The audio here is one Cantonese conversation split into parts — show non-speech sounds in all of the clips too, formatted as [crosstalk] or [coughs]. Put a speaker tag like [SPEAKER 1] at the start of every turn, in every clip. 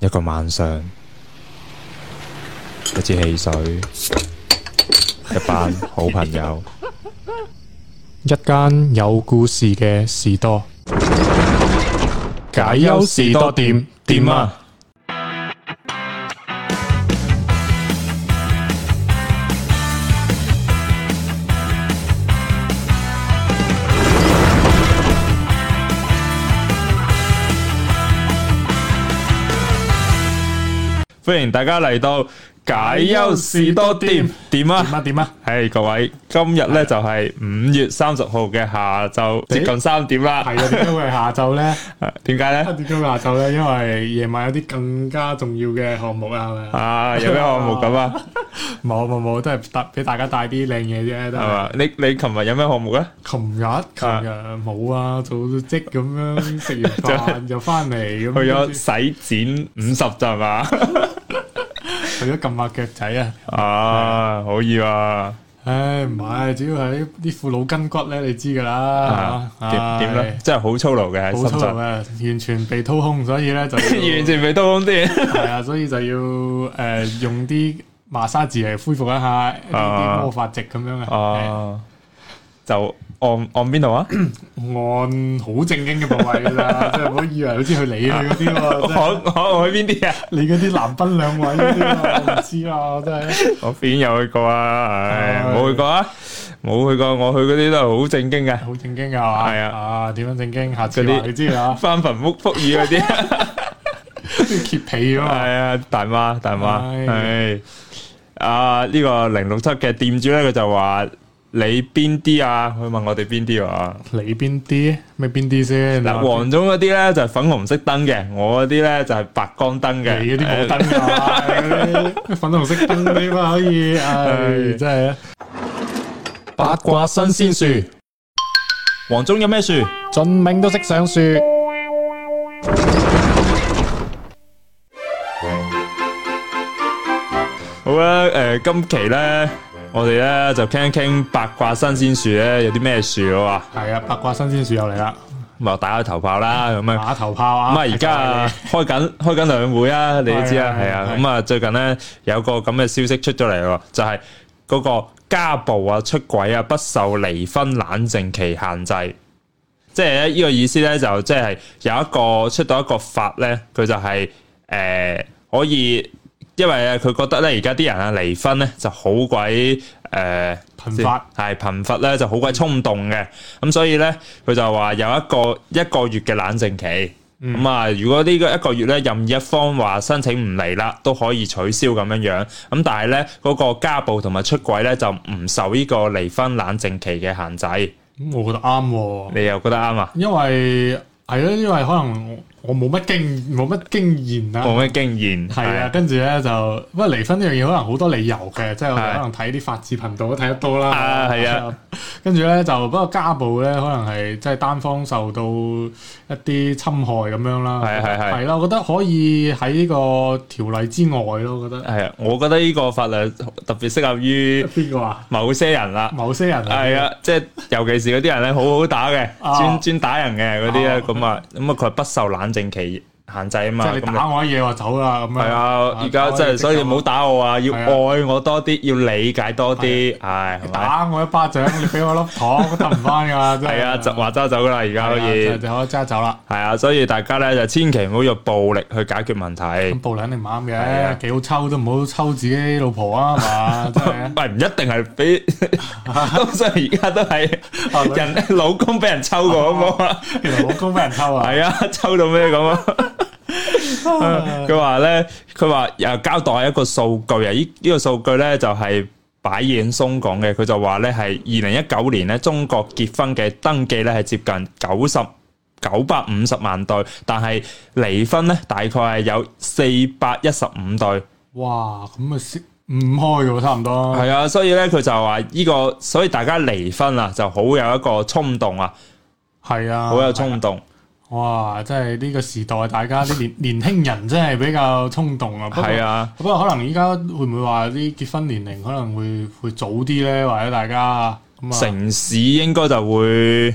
[SPEAKER 1] 一個晚上，一支汽水，一班好朋友。
[SPEAKER 2] 一間有故事嘅士多，解憂士多店點啊！
[SPEAKER 1] 歡迎大家嚟到解憂士多店點
[SPEAKER 2] 點啊
[SPEAKER 1] 啊！
[SPEAKER 2] 點啊！
[SPEAKER 1] 係各位，今日咧就係五月三十號嘅下晝，接近三點啦。
[SPEAKER 2] 係啊，點解會係下 [laughs] 晝咧？
[SPEAKER 1] 點解咧？
[SPEAKER 2] 點解會下晝咧？因為夜晚有啲更加重要嘅項目啊，係咪啊？
[SPEAKER 1] 啊，有咩項目
[SPEAKER 2] [laughs]
[SPEAKER 1] 咁啊？
[SPEAKER 2] 冇冇冇，都係帶俾大家帶啲靚嘢啫。都
[SPEAKER 1] 係
[SPEAKER 2] 係
[SPEAKER 1] 嘛？你你琴日有咩項目咧？
[SPEAKER 2] 琴日琴日冇啊，做到即咁樣食完飯 [laughs] 就翻嚟咁
[SPEAKER 1] 去
[SPEAKER 2] 樣，
[SPEAKER 1] 咗洗剪五十咋係
[SPEAKER 2] [laughs]
[SPEAKER 1] 嘛？
[SPEAKER 2] 去咗撳下腳仔啊！
[SPEAKER 1] 啊，可以啊！
[SPEAKER 2] 唉，唔係，主要係啲副腦筋骨咧，你知噶啦
[SPEAKER 1] 啊，
[SPEAKER 2] 嚇
[SPEAKER 1] 點點咧？？真係好粗勞嘅
[SPEAKER 2] 唉
[SPEAKER 1] 喺
[SPEAKER 2] 冇
[SPEAKER 1] 深
[SPEAKER 2] 粗
[SPEAKER 1] 圳
[SPEAKER 2] 魯，嘅，完全被掏空，所以咧就要
[SPEAKER 1] [laughs] 完全未刀空啲。
[SPEAKER 2] 係啊，所以就要誒用啲麻沙字嚟恢復一
[SPEAKER 1] 啊
[SPEAKER 2] 下呢啲魔法值咁樣啊。係
[SPEAKER 1] 哦，就按按邊度
[SPEAKER 2] [coughs]
[SPEAKER 1] 啊？
[SPEAKER 2] 按好正經嘅部位㗎
[SPEAKER 1] [laughs]
[SPEAKER 2] 啦，即係唔好以為好似去你嗰啲
[SPEAKER 1] 我 [laughs]
[SPEAKER 2] 喎，真係
[SPEAKER 1] 我我去邊
[SPEAKER 2] [laughs]
[SPEAKER 1] 啲啊？
[SPEAKER 2] 你嗰啲男賓兩位嗰啲喎，我唔知啊，真係。
[SPEAKER 1] 我邊有去過啊？唉
[SPEAKER 2] 唉
[SPEAKER 1] 冇去過啊？冇去過，我去嗰啲都係好正經嘅，
[SPEAKER 2] 好正經㗎係嘛？
[SPEAKER 1] 係啊
[SPEAKER 2] 啊點樣正經？下次
[SPEAKER 1] 嗰啲
[SPEAKER 2] 話你知啊，
[SPEAKER 1] 翻墳屋福爾嗰啲，
[SPEAKER 2] 要揭皮
[SPEAKER 1] [laughs]
[SPEAKER 2] 啊嘛。
[SPEAKER 1] 係啊，大媽大媽，係啊呢個零六七嘅店主咧，佢就話你邊啲啊？佢問我哋邊啲喎。
[SPEAKER 2] 你邊啲？咩邊啲先？啊
[SPEAKER 1] 嗱，黃總嗰啲咧就係粉紅色燈嘅，我嗰啲咧就係白光燈嘅。
[SPEAKER 2] 你嗰啲冇燈啊，粉紅色燈你嘛可以，唉，真係啊！
[SPEAKER 1] 八卦新鮮樹，黃忠有咩樹？
[SPEAKER 2] 盡命都識上樹。
[SPEAKER 1] 好啦，誒、今期咧，我哋咧就傾一傾八卦新鮮樹咧有啲咩樹啊嘛，
[SPEAKER 2] 係啊，八卦新鮮樹又嚟啦，
[SPEAKER 1] 咁啊打開頭炮啦咁樣。
[SPEAKER 2] 馬頭炮啊！
[SPEAKER 1] 咁啊，而家啊開緊開緊兩會啊，你都知啊，
[SPEAKER 2] 係
[SPEAKER 1] 係
[SPEAKER 2] 係
[SPEAKER 1] 啊。
[SPEAKER 2] 係
[SPEAKER 1] 咁啊，最近咧有個咁嘅消息出咗嚟喎，就係嗰個家暴啊、出軌啊不受離婚冷靜期限制。即係咧呢個意思咧，就即係有一個出到一個法咧，佢就係、呃可以，因為咧佢覺得咧而家啲人啊離婚咧就好鬼誒。呃
[SPEAKER 2] 頻發
[SPEAKER 1] 係貧乏咧就好鬼衝動嘅，咁所以咧佢就話有一個一個月嘅冷靜期。咁啊、如果呢個一個月咧，任意一方話申請唔嚟啦，都可以取消咁樣樣。咁但係咧，嗰、個家暴同埋出軌咧，就唔受呢個離婚冷靜期嘅限制。
[SPEAKER 2] 咁我覺得啱喎，
[SPEAKER 1] 你又覺得啱啊？
[SPEAKER 2] 因為係咯，因為可能我冇乜經冇乜經驗啊。
[SPEAKER 1] 冇咩經驗，
[SPEAKER 2] 係啊，跟住咧就不過離婚呢樣嘢可能好多理由嘅，即係我哋
[SPEAKER 1] 係
[SPEAKER 2] 可能睇啲法治頻道都睇得多啦。
[SPEAKER 1] 啊係啊，
[SPEAKER 2] 跟住咧就不過家暴咧，可能係即係單方受到一啲侵害咁樣啦。
[SPEAKER 1] 係係係
[SPEAKER 2] 係啦，我覺得可以喺呢個條例之外咯，我覺得
[SPEAKER 1] 係啊，我覺得呢個法律特別適合於
[SPEAKER 2] 邊個啊？
[SPEAKER 1] 某些人啦。
[SPEAKER 2] 某些人
[SPEAKER 1] 係啊， [laughs] 即係尤其是嗰啲人咧，好好打嘅，
[SPEAKER 2] 啊
[SPEAKER 1] 專專打人嘅嗰啲
[SPEAKER 2] 啊
[SPEAKER 1] 咧，咁啊，咁啊，佢係不受冷靜期限制啊
[SPEAKER 2] 即
[SPEAKER 1] 嘛。
[SPEAKER 2] 係你
[SPEAKER 1] 咁
[SPEAKER 2] 打
[SPEAKER 1] 啊
[SPEAKER 2] 我一嘢話走啦咁樣。
[SPEAKER 1] 係啊，而家真係，所以唔好打我啊，要
[SPEAKER 2] 係啊啊
[SPEAKER 1] 愛我多啲，要理解多啲，唉，係咪？
[SPEAKER 2] 打我一巴掌，你俾我粒糖，我得唔翻㗎。真
[SPEAKER 1] [laughs]
[SPEAKER 2] 係
[SPEAKER 1] 係啊，就話揸走噶啦，而家可以
[SPEAKER 2] 係啊就就可以揸走啦。
[SPEAKER 1] 係啊，所以大家咧就千祈唔好用暴力去解決問題
[SPEAKER 2] 咁。暴力肯定唔啱
[SPEAKER 1] 係啊
[SPEAKER 2] 嘅，幾好抽都唔好抽自己老婆
[SPEAKER 1] [laughs]
[SPEAKER 2] 啊嘛，真係啊
[SPEAKER 1] 唔係唔一定係
[SPEAKER 2] [laughs]
[SPEAKER 1] 俾，通常而家都係人老公俾人抽過好
[SPEAKER 2] 哦
[SPEAKER 1] 冇啊？
[SPEAKER 2] 原來老公俾人
[SPEAKER 1] [laughs]
[SPEAKER 2] 抽啊！
[SPEAKER 1] 係啊，抽到咩咁啊？佢話咧，佢話又交代一個數據啊！呢、呢個數據咧就係擺影松講嘅，佢就話咧係二零一九年咧中國結婚嘅登記咧係接近九十九百五十萬對，但係離婚咧大概係有四百一十五對。
[SPEAKER 2] 哇，咁啊先唔開嘅喎，差唔多。
[SPEAKER 1] 係啊，所以咧佢就話呢、個，所以大家離婚啊就好有一個衝動啊，
[SPEAKER 2] 係啊，
[SPEAKER 1] 好有衝動。
[SPEAKER 2] 哇！真係呢個時代，大家啲
[SPEAKER 1] [laughs]
[SPEAKER 2] 年年輕人真係比較衝動啊。不過
[SPEAKER 1] 係，啊，
[SPEAKER 2] 不過可能依家會唔會話啲結婚年齡可能會會早啲咧，或者大家咁啊
[SPEAKER 1] 城市應該就會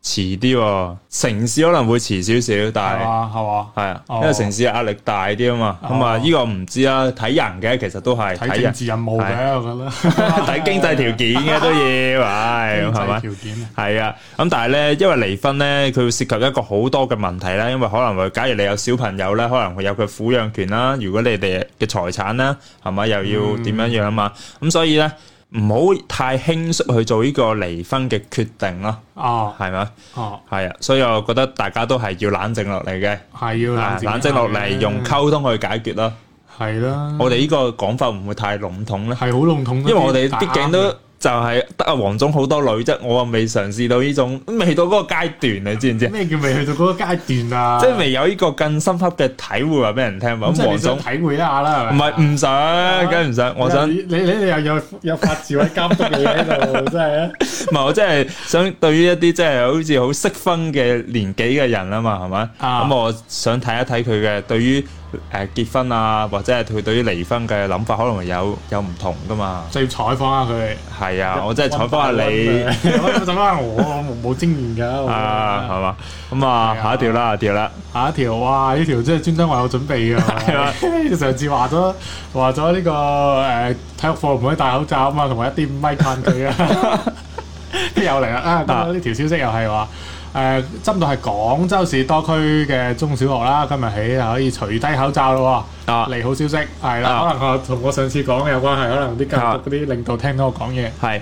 [SPEAKER 1] 遲啲喎，城市可能會遲少少，但
[SPEAKER 2] 係
[SPEAKER 1] 係
[SPEAKER 2] 嘛係嘛，
[SPEAKER 1] 係啊，
[SPEAKER 2] 哦
[SPEAKER 1] 因為城市壓力大啲啊嘛，咁啊
[SPEAKER 2] 哦
[SPEAKER 1] 呢個唔知啦，睇人嘅其實都係
[SPEAKER 2] 睇
[SPEAKER 1] 睇
[SPEAKER 2] 政
[SPEAKER 1] 人
[SPEAKER 2] 治任務嘅，我覺得
[SPEAKER 1] [laughs] 睇經濟條件嘅都要，
[SPEAKER 2] [laughs]
[SPEAKER 1] 唉，
[SPEAKER 2] 經
[SPEAKER 1] 係
[SPEAKER 2] 濟
[SPEAKER 1] 咪？
[SPEAKER 2] 條件啊，
[SPEAKER 1] 係啊，咁但係咧，因為離婚咧，佢會涉及一個好多嘅問題啦。因為可能會，假如你有小朋友咧，可能會有佢撫養權啦。如果你哋嘅財產啦，係咪又要
[SPEAKER 2] 嗯
[SPEAKER 1] 點樣樣啊嘛？咁、所以咧，唔好太輕率去做呢個離婚嘅決定啦，
[SPEAKER 2] 哦
[SPEAKER 1] 係咪？
[SPEAKER 2] 哦，
[SPEAKER 1] 係啊，所以我覺得大家都係要冷靜落嚟嘅，
[SPEAKER 2] 係要
[SPEAKER 1] 啊
[SPEAKER 2] 冷
[SPEAKER 1] 冷靜落嚟用溝通去解決啦。
[SPEAKER 2] 係啦，
[SPEAKER 1] 我哋呢個講法會唔會太籠統咧
[SPEAKER 2] 係？好籠嗯統，因
[SPEAKER 1] 因為我哋畢竟都就係得阿黃總好多女啫，我啊未嘗試到呢種，嗯未到嗰個階段，你知唔知？
[SPEAKER 2] 咩叫未去到嗰個階段啊？
[SPEAKER 1] 即係未有呢個更深刻嘅體會話俾人聽嘛。
[SPEAKER 2] 咁即
[SPEAKER 1] 咁
[SPEAKER 2] 係
[SPEAKER 1] 黃
[SPEAKER 2] 你想
[SPEAKER 1] 總
[SPEAKER 2] 體會一下啦，
[SPEAKER 1] 唔係唔想，梗係唔想，我想
[SPEAKER 2] 你你你又有有法治委監督你喺度， [laughs] 真係啊！
[SPEAKER 1] 唔係我真係想對於一啲即係好似好適婚嘅年紀嘅人啊嘛，係咪？
[SPEAKER 2] 啊
[SPEAKER 1] 咁我想睇一睇佢嘅對於誒結婚啊，或者係佢對於離婚嘅諗法，可能會有有唔同噶嘛。
[SPEAKER 2] 就要採訪下佢。 [laughs]
[SPEAKER 1] 係啊，我真係採訪下你。
[SPEAKER 2] 我採訪下啊我，我冇冇經驗㗎。我
[SPEAKER 1] 啊，係嘛？咁啊，
[SPEAKER 2] 係啊
[SPEAKER 1] 下一條啦，下一條啦。
[SPEAKER 2] 下一條，哇！呢條真係專登為我準
[SPEAKER 1] [laughs]
[SPEAKER 2] 備
[SPEAKER 1] 啊
[SPEAKER 2] 㗎。上次話咗話咗呢個誒體育課唔可以戴口罩啊嘛，同埋一啲五米間距啊。 [laughs] 跟住又嚟啦啊！咁啊呢條消息又係話誒，針對係廣州市多區嘅中小學啦，今日起啊可以除低口罩咯喎。
[SPEAKER 1] 啊
[SPEAKER 2] 利好消息係啦，
[SPEAKER 1] 啊
[SPEAKER 2] 可能我同我上次講嘅有關係，可能啲教育嗰啲領導聽到我講嘢，
[SPEAKER 1] 係，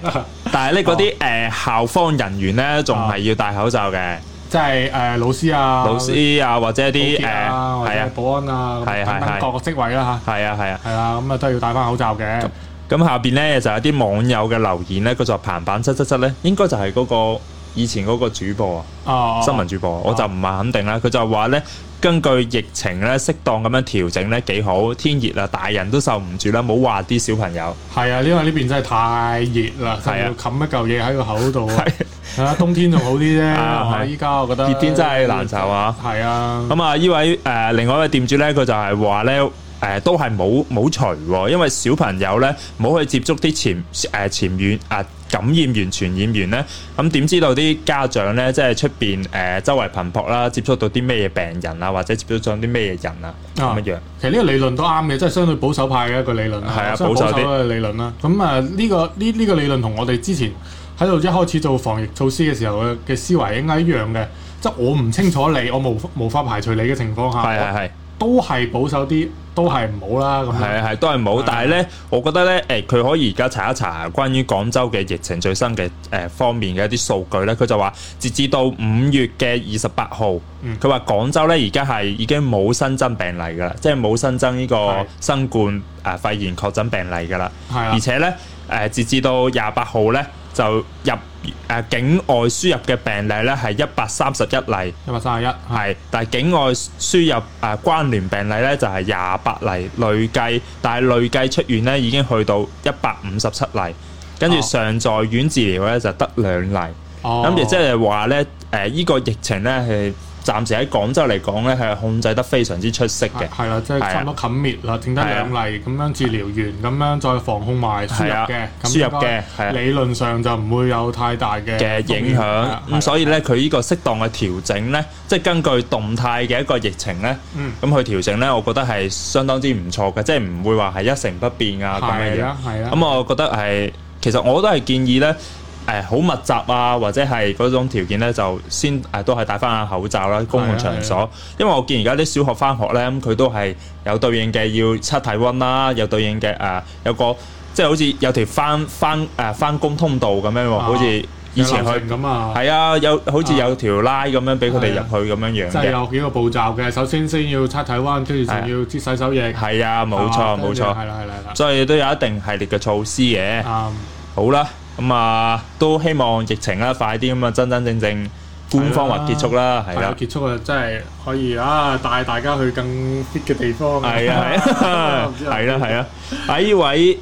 [SPEAKER 1] 但係咧嗰啲
[SPEAKER 2] 啊
[SPEAKER 1] 誒校方人員咧，仲係要戴口罩嘅，
[SPEAKER 2] 即係誒老師啊、
[SPEAKER 1] 老師啊，或者一啲誒，
[SPEAKER 2] 保潔啊，或者
[SPEAKER 1] 係啊
[SPEAKER 2] 係，保安啊，
[SPEAKER 1] 係係
[SPEAKER 2] 咁等等
[SPEAKER 1] 係
[SPEAKER 2] 各個職位啦嚇。
[SPEAKER 1] 係啊，係啊。
[SPEAKER 2] 係啦，咁啊都要戴翻口罩嘅。
[SPEAKER 1] 咁下邊咧就有啲網友嘅留言咧，佢就話彭彭七七七咧，應該就係嗰個以前嗰個主播啊，
[SPEAKER 2] 哦，
[SPEAKER 1] 新聞主播啊，我就唔係肯定啦。佢就話咧，根據疫情咧，適當咁樣調整咧幾好，天熱啊，大人都受唔住啦，冇話啲小朋友。
[SPEAKER 2] 係啊，因為呢邊真係太熱啦，
[SPEAKER 1] 係啊
[SPEAKER 2] 要冚一嚿嘢喺個口度啊。
[SPEAKER 1] [laughs] 係
[SPEAKER 2] 係啊，冬天仲好啲啫。
[SPEAKER 1] [laughs] 啊
[SPEAKER 2] 係嘛
[SPEAKER 1] 係
[SPEAKER 2] 依家我覺得
[SPEAKER 1] 熱天真係難受啊
[SPEAKER 2] 係啊，
[SPEAKER 1] 咁啊，呢位誒、呃另外一位店主咧，佢就係話咧。誒都係冇冇除喎，因為小朋友咧冇去接觸啲潛誒、呃、潛源啊感染源傳染源咧，咁點知道啲家長咧即係出邊誒周圍頻撲啦，接觸到啲咩嘢病人啊，或者接觸咗啲咩嘢人啊咁樣樣
[SPEAKER 2] 其實呢個理論都啱嘅，即係相對保守派嘅一個理論啦。
[SPEAKER 1] 係啊
[SPEAKER 2] 相對
[SPEAKER 1] 保守啲
[SPEAKER 2] 嘅理論啦。咁啊，呢個呢呢個理論同我哋之前喺度一開始做防疫措施嘅時候嘅嘅思維應該一樣嘅，即係我唔清楚你，我無無法排除你嘅情況下，
[SPEAKER 1] 係係係。
[SPEAKER 2] 都係保守啲，都係唔好啦咁樣。
[SPEAKER 1] 係啊係都係冇
[SPEAKER 2] 係，
[SPEAKER 1] 但係咧，我覺得咧，誒、佢可以而家查一查關於廣州嘅疫情最新嘅誒、方面嘅一啲數據咧，佢就話截至到五月嘅二十八號
[SPEAKER 2] 嗯，
[SPEAKER 1] 佢話、廣州咧而家係已經冇新增病例㗎啦，即係冇新增呢
[SPEAKER 2] 係
[SPEAKER 1] 個新冠誒肺炎確診病例㗎啦，
[SPEAKER 2] 係啦
[SPEAKER 1] 而且咧誒、截至到廿八號咧就入誒、境外輸入嘅病例咧係一百三十一例。
[SPEAKER 2] 一百三十一。
[SPEAKER 1] 係，但係境外輸入誒、呃、關聯病例咧就係廿八例累計，但係累計出院咧已經去到一百五十七例，跟住
[SPEAKER 2] 哦
[SPEAKER 1] 上在院治療咧就得兩例，
[SPEAKER 2] 哦
[SPEAKER 1] 咁亦即係話咧誒依個疫情咧係暫時喺廣州嚟講咧係控制得非常之出色嘅
[SPEAKER 2] 係，係啦，即係
[SPEAKER 1] 係啊
[SPEAKER 2] 差唔多冚滅啦，剩得兩例咁樣治療完，咁樣再防控埋輸
[SPEAKER 1] 係
[SPEAKER 2] 入
[SPEAKER 1] 啊
[SPEAKER 2] 嘅，咁
[SPEAKER 1] 輸入嘅
[SPEAKER 2] 應該
[SPEAKER 1] 係啊
[SPEAKER 2] 理論上就唔會有太大嘅
[SPEAKER 1] 嘅影
[SPEAKER 2] 風險係
[SPEAKER 1] 響
[SPEAKER 2] 啊，
[SPEAKER 1] 咁所以咧佢呢個適當嘅調整咧，即係根據動態嘅一個疫情咧，
[SPEAKER 2] 嗯
[SPEAKER 1] 咁去調整咧，我覺得係相當之唔錯嘅，即係唔會話係一成不變啊咁樣
[SPEAKER 2] 係
[SPEAKER 1] 樣。
[SPEAKER 2] 啦係啦，
[SPEAKER 1] 咁我覺得係，其實我都係建議咧，誒、好密集啊，或者係嗰種條件咧，就先誒、都係戴翻下口罩啦，公共場
[SPEAKER 2] 係啊
[SPEAKER 1] 所。因為我見而家啲小學翻學咧，咁佢都係有對應嘅要測體温啦，有對應嘅誒、有個即係好似有條翻翻誒翻工通道咁樣喎，
[SPEAKER 2] 啊
[SPEAKER 1] 好似以前去
[SPEAKER 2] 有流程咁啊，
[SPEAKER 1] 係啊，有好似有條拉咁樣俾佢哋
[SPEAKER 2] 係啊
[SPEAKER 1] 入去咁樣樣
[SPEAKER 2] 即係
[SPEAKER 1] 嘅，
[SPEAKER 2] 有幾個步驟嘅，首先先要測體温，跟住仲
[SPEAKER 1] 係啊
[SPEAKER 2] 要接洗手液，
[SPEAKER 1] 係啊，冇錯
[SPEAKER 2] 啊
[SPEAKER 1] 冇
[SPEAKER 2] 跟住
[SPEAKER 1] 錯，
[SPEAKER 2] 係啦係啦係啦
[SPEAKER 1] 所以都有一定系列嘅措施嘅。
[SPEAKER 2] 啱。
[SPEAKER 1] 好啦，咁啊，都希望疫情啦，快啲咁啊，真真正正官方話結束啦，係
[SPEAKER 2] 係啦
[SPEAKER 1] 啦，，
[SPEAKER 2] 結束啊！真係可以啊，帶大 [laughs] 家去更 fit 嘅地方。
[SPEAKER 1] 係啊，係啊，係啦，係啊，啊呢位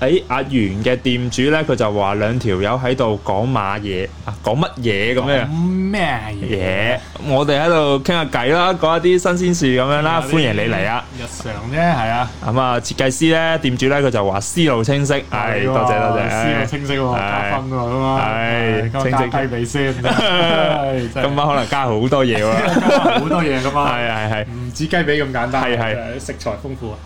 [SPEAKER 1] 喺阿源嘅店主咧，佢就話兩條友喺度講馬嘢啊，講乜嘢咁樣
[SPEAKER 2] 講咩嘢？
[SPEAKER 1] 嘢，我哋喺度傾下偈啦，講一啲新鮮事咁樣啦，歡迎你嚟啊！！
[SPEAKER 2] 日常啫，係啊，
[SPEAKER 1] 咁啊，設計師咧，店主咧，佢就話思路清晰，係哎多謝多謝，
[SPEAKER 2] 思路
[SPEAKER 1] 唉
[SPEAKER 2] 哎清晰喎，加分喎咁啊，
[SPEAKER 1] 係
[SPEAKER 2] 咁
[SPEAKER 1] 清晰
[SPEAKER 2] 加雞
[SPEAKER 1] [laughs]
[SPEAKER 2] 髀先，哎今
[SPEAKER 1] 今晚可能加好多嘢
[SPEAKER 2] [laughs]
[SPEAKER 1] 喎，
[SPEAKER 2] 好多嘢噶
[SPEAKER 1] [laughs]
[SPEAKER 2] 嘛，
[SPEAKER 1] 係係係，
[SPEAKER 2] 唔止雞髀咁簡單，
[SPEAKER 1] 係係
[SPEAKER 2] 誒食材豐富啊！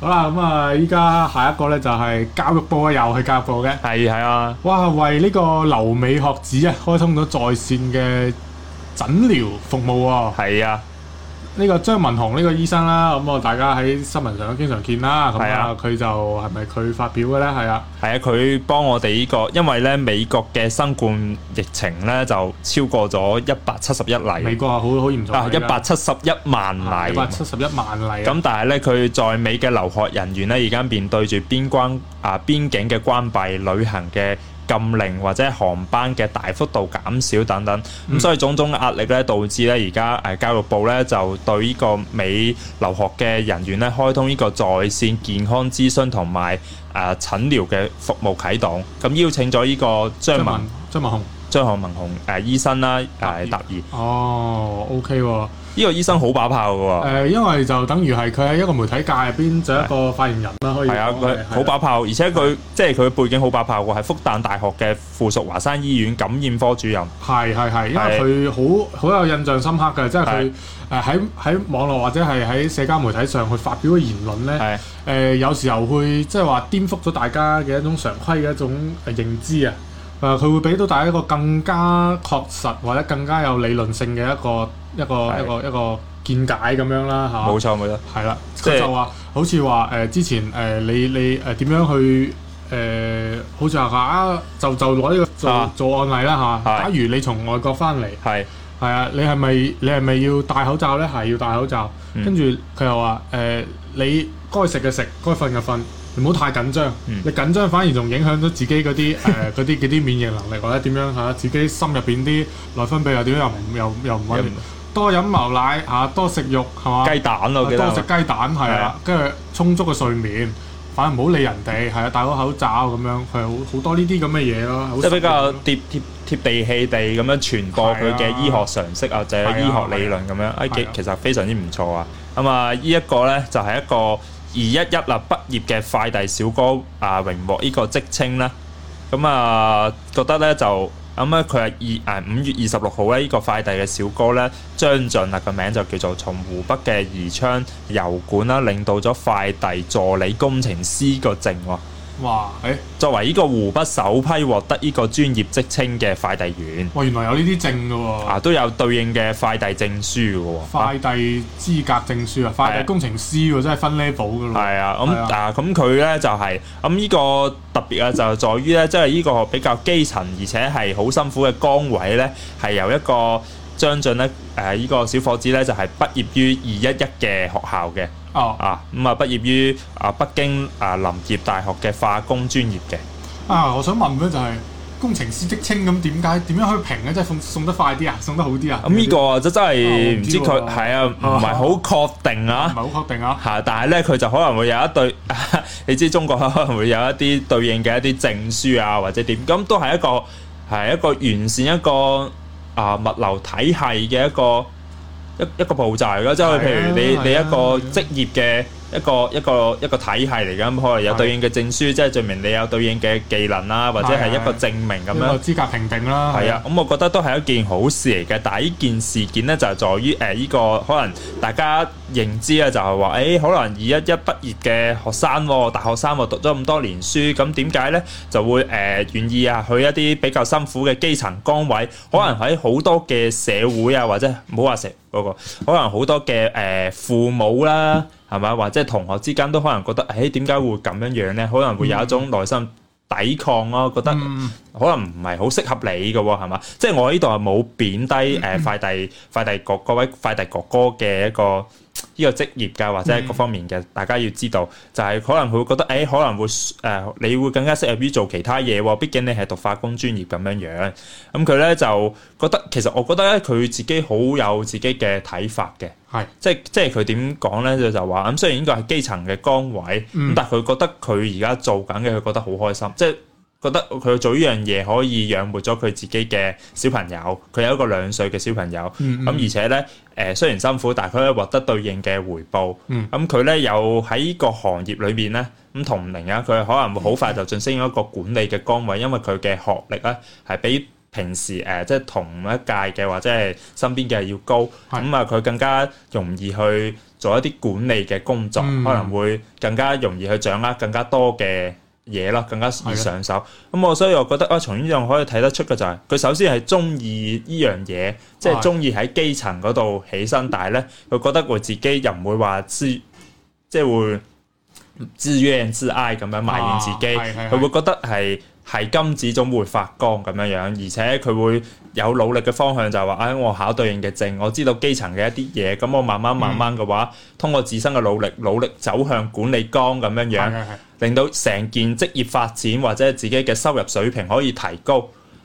[SPEAKER 2] 好啦，咁啊，依家下一個咧就係教育部啊，又係教育部嘅。
[SPEAKER 1] 係係啊，
[SPEAKER 2] 哇！為呢個留美學子啊，開通咗在線嘅診療服務喎、
[SPEAKER 1] 係啊，
[SPEAKER 2] 呢個張文雄呢個醫生啦，咁啊大家喺新聞上都經常見啦。咁
[SPEAKER 1] 係
[SPEAKER 2] 啊
[SPEAKER 1] 啊，
[SPEAKER 2] 佢就係咪佢發表嘅咧？係啊，
[SPEAKER 1] 係啊，佢幫我哋呢個，因為咧美國嘅新冠疫情咧就超過咗一百七十一
[SPEAKER 2] 美
[SPEAKER 1] 例
[SPEAKER 2] 國啊，好好嚴重
[SPEAKER 1] 啊，一百七十一萬
[SPEAKER 2] 一
[SPEAKER 1] 例。啊
[SPEAKER 2] 百七十一萬例啊。
[SPEAKER 1] 咁但係咧，佢在美嘅留學人員咧，而家面對住邊關啊邊境嘅關閉、旅行嘅禁令或者航班嘅大幅度減少等等，咁、
[SPEAKER 2] 嗯
[SPEAKER 1] 所以種種壓力咧，導致咧而家誒教育部咧就對呢個美留學嘅人員咧開通呢個在線健康諮詢同埋誒診療嘅服務啟動，咁邀請咗呢個張
[SPEAKER 2] 張
[SPEAKER 1] 文
[SPEAKER 2] 文啊張文雄，
[SPEAKER 1] 張漢文雄誒、醫生啦誒
[SPEAKER 2] 答
[SPEAKER 1] 達義，呢、
[SPEAKER 2] 哦，OK 喎。
[SPEAKER 1] 個醫生好把炮嘅喎。
[SPEAKER 2] 誒，因為就等於係佢喺一個媒體界入邊就一個發言人啦，可以
[SPEAKER 1] 係啊，
[SPEAKER 2] 講係
[SPEAKER 1] 佢好把炮，而且佢即係佢背景好把炮喎，係復旦大學嘅附屬華山醫院感染科主任，
[SPEAKER 2] 係係係，因為佢好好有印象深刻嘅，即係佢誒喺喺網絡或者係喺社交媒體上去發表嘅言論咧，誒、
[SPEAKER 1] 係
[SPEAKER 2] 有時候會即係話顛覆咗大家嘅一種常規嘅一種誒認知啊。誒、佢會俾到大家一個更加確實或者更加有理論性嘅一個一個
[SPEAKER 1] 係
[SPEAKER 2] 一個一個見解咁樣啦嚇。
[SPEAKER 1] 冇錯冇錯，
[SPEAKER 2] 係啦，
[SPEAKER 1] 即
[SPEAKER 2] 佢
[SPEAKER 1] 係
[SPEAKER 2] 就話好似話誒之前誒、呃你你誒點、樣去誒、呃好似話啊就就攞呢個做、
[SPEAKER 1] 啊
[SPEAKER 2] 做案例啦嚇。
[SPEAKER 1] 係
[SPEAKER 2] 假如你從外國翻嚟，
[SPEAKER 1] 係
[SPEAKER 2] 係啊，你係咪你係咪要戴口罩咧？係要戴口罩。
[SPEAKER 1] 嗯
[SPEAKER 2] 跟住佢又話誒、呃你該食嘅食，該瞓嘅瞓，唔好太緊張。
[SPEAKER 1] 嗯
[SPEAKER 2] 你緊張反而仲影響咗自己嗰啲誒 [laughs] 嗰啲嗰啲免疫能力或者點樣嚇、自己心入邊啲內分泌又點樣又唔又又唔穩定。多飲牛奶嚇、多食肉係嘛？
[SPEAKER 1] 雞蛋啊咯，我記得
[SPEAKER 2] 多食
[SPEAKER 1] 係
[SPEAKER 2] 雞蛋係
[SPEAKER 1] 係
[SPEAKER 2] 啊
[SPEAKER 1] 啊，
[SPEAKER 2] 跟住充足嘅睡眠，反而唔好理人哋，係啊，戴好口罩咁樣，佢好好多呢啲咁嘅嘢咯，好
[SPEAKER 1] 即係比較
[SPEAKER 2] 實用咯
[SPEAKER 1] 貼貼貼地氣地咁樣傳播佢嘅醫學常識啊，或者
[SPEAKER 2] 係啊
[SPEAKER 1] 醫學理論咁樣，哎
[SPEAKER 2] 係
[SPEAKER 1] 幾
[SPEAKER 2] 啊
[SPEAKER 1] 其實非常之唔錯啊！咁啊，呢一個呢，就係一個二一一啦畢業嘅快遞小哥啊，榮獲呢個職稱啦。咁啊，覺得咧就咁咧，佢係二誒五月二十六號咧，呢、個快遞嘅小哥咧張俊啊，個名就叫做從湖北嘅宜昌油管啦，領到咗快遞助理工程師個證喎。
[SPEAKER 2] 哇，誒、
[SPEAKER 1] 作為呢個湖北首批獲得呢個專業職稱嘅快遞員，
[SPEAKER 2] 哇，原來有呢啲證嘅喎，
[SPEAKER 1] 啊都有對應嘅快遞證書嘅喎。
[SPEAKER 2] 快遞資格證書啊，快
[SPEAKER 1] 係
[SPEAKER 2] 遞
[SPEAKER 1] 啊
[SPEAKER 2] 工程師喎，真係分 level 嘅咯，
[SPEAKER 1] 係啊，
[SPEAKER 2] 係啊
[SPEAKER 1] 咁啊，咁佢咧就係咁呢個特別啊，就在於咧，即係呢個比較基層而且係好辛苦嘅崗位咧，係由一個張俊咧誒呢個小伙子咧就係畢業於二一一嘅學校嘅
[SPEAKER 2] 哦，
[SPEAKER 1] 啊，咁啊畢業於啊北京啊林業大學嘅化工專業嘅。
[SPEAKER 2] 啊，我想問咧就係、工程師職稱咁點解點樣可以評咧？即係送送得快啲啊，送得好啲啊？
[SPEAKER 1] 咁呢個就真係唔知
[SPEAKER 2] 啊我唔
[SPEAKER 1] 佢
[SPEAKER 2] 知喎
[SPEAKER 1] 係啊，唔係好確定
[SPEAKER 2] [laughs]
[SPEAKER 1] 啊。 [laughs]
[SPEAKER 2] 唔係好確定啊，
[SPEAKER 1] 嚇！但係咧，佢就可能會有一對， [laughs] 你知中國可能會有一啲對應嘅一啲證書啊，或者點咁，都係一個係一個完善一個啊物流體系嘅一個一一個步驟嚟㗎。即係譬如你
[SPEAKER 2] 係啊
[SPEAKER 1] 你一個
[SPEAKER 2] 係啊
[SPEAKER 1] 職業嘅一個一個一個體系嚟㗎，咁可能有對應嘅證書，即係證明你有對應嘅技能啦，或者係一個證明咁
[SPEAKER 2] 呢
[SPEAKER 1] 樣
[SPEAKER 2] 個。資格評定啦，
[SPEAKER 1] 係啊，咁我覺得都係一件好事嚟嘅，但係呢件事件呢，就係在於誒呢個可能大家認知啊，就係話誒可能二一一畢業嘅學生喎，大學生喎，讀咗咁多年書，咁點解呢就會誒、呃、願意啊去一啲比較辛苦嘅基層崗位？可能喺好多嘅社會啊，或者唔好話社嗰個，可能好多嘅誒、呃父母啦，係咪或者同學之間都可能覺得誒點解會咁樣樣呢？可能會有一種內心抵抗咯、覺得。
[SPEAKER 2] 嗯，
[SPEAKER 1] 可能唔係好適合你嘅喎，係嘛？
[SPEAKER 2] 嗯
[SPEAKER 1] 呃即係我呢度係冇貶低誒快遞快遞哥各位快遞哥哥嘅一個呢個職業㗎，或者
[SPEAKER 2] 嗯
[SPEAKER 1] 係各方面嘅，大家要知道，就係、可能佢會覺得，誒、哎可能會誒、你會更加適合於做其他嘢喎，畢竟你係讀化工專業咁樣樣。咁佢咧就覺得，其實我覺得咧，佢自己好有自己嘅睇法嘅。
[SPEAKER 2] 係啊
[SPEAKER 1] 即係啊即係佢點講咧？就就話咁，雖然呢個係基層嘅崗位，咁、
[SPEAKER 2] 嗯
[SPEAKER 1] 但係佢覺得佢而家做緊嘅，佢覺得好開心，即係覺得佢做呢樣嘢可以養活咗佢自己嘅小朋友，佢有一個兩歲嘅小朋友，咁、
[SPEAKER 2] 嗯嗯
[SPEAKER 1] 而且咧誒、呃、雖然辛苦，但係佢可以獲得對應嘅回報。
[SPEAKER 2] 嗯
[SPEAKER 1] 咁佢咧有喺呢個行業裏邊咧，咁同齡啊，佢可能會好快就晉升咗一個管理嘅崗位，因為佢嘅學歷咧係比平時誒、呃即係同一屆嘅或者係身邊嘅要高，咁
[SPEAKER 2] 係
[SPEAKER 1] 啊佢更加容易去做一啲管理嘅工作，
[SPEAKER 2] 嗯
[SPEAKER 1] 可能會更加容易去掌握更加多嘅嘢啦，更加易
[SPEAKER 2] 咯
[SPEAKER 1] 上手。咁我所以我覺得啊，從呢樣可以睇得出嘅就係、佢首先係中意呢樣嘢，即係
[SPEAKER 2] 係
[SPEAKER 1] 中意喺基層嗰度起身，但係咧佢覺得佢自己又唔會話知，即係會自怨自艾咁樣埋怨自己，
[SPEAKER 2] 啊係係
[SPEAKER 1] 佢、會覺得係。係金子總會發光咁樣樣，而且佢會有努力嘅方向就係話，唉、我考對應嘅證，我知道基層嘅一啲嘢，咁我慢慢慢慢嘅話，通過自身嘅努力，努力走向管理崗咁樣樣
[SPEAKER 2] 係。係係
[SPEAKER 1] 令到成件職業發展或者自己嘅收入水平可以提高。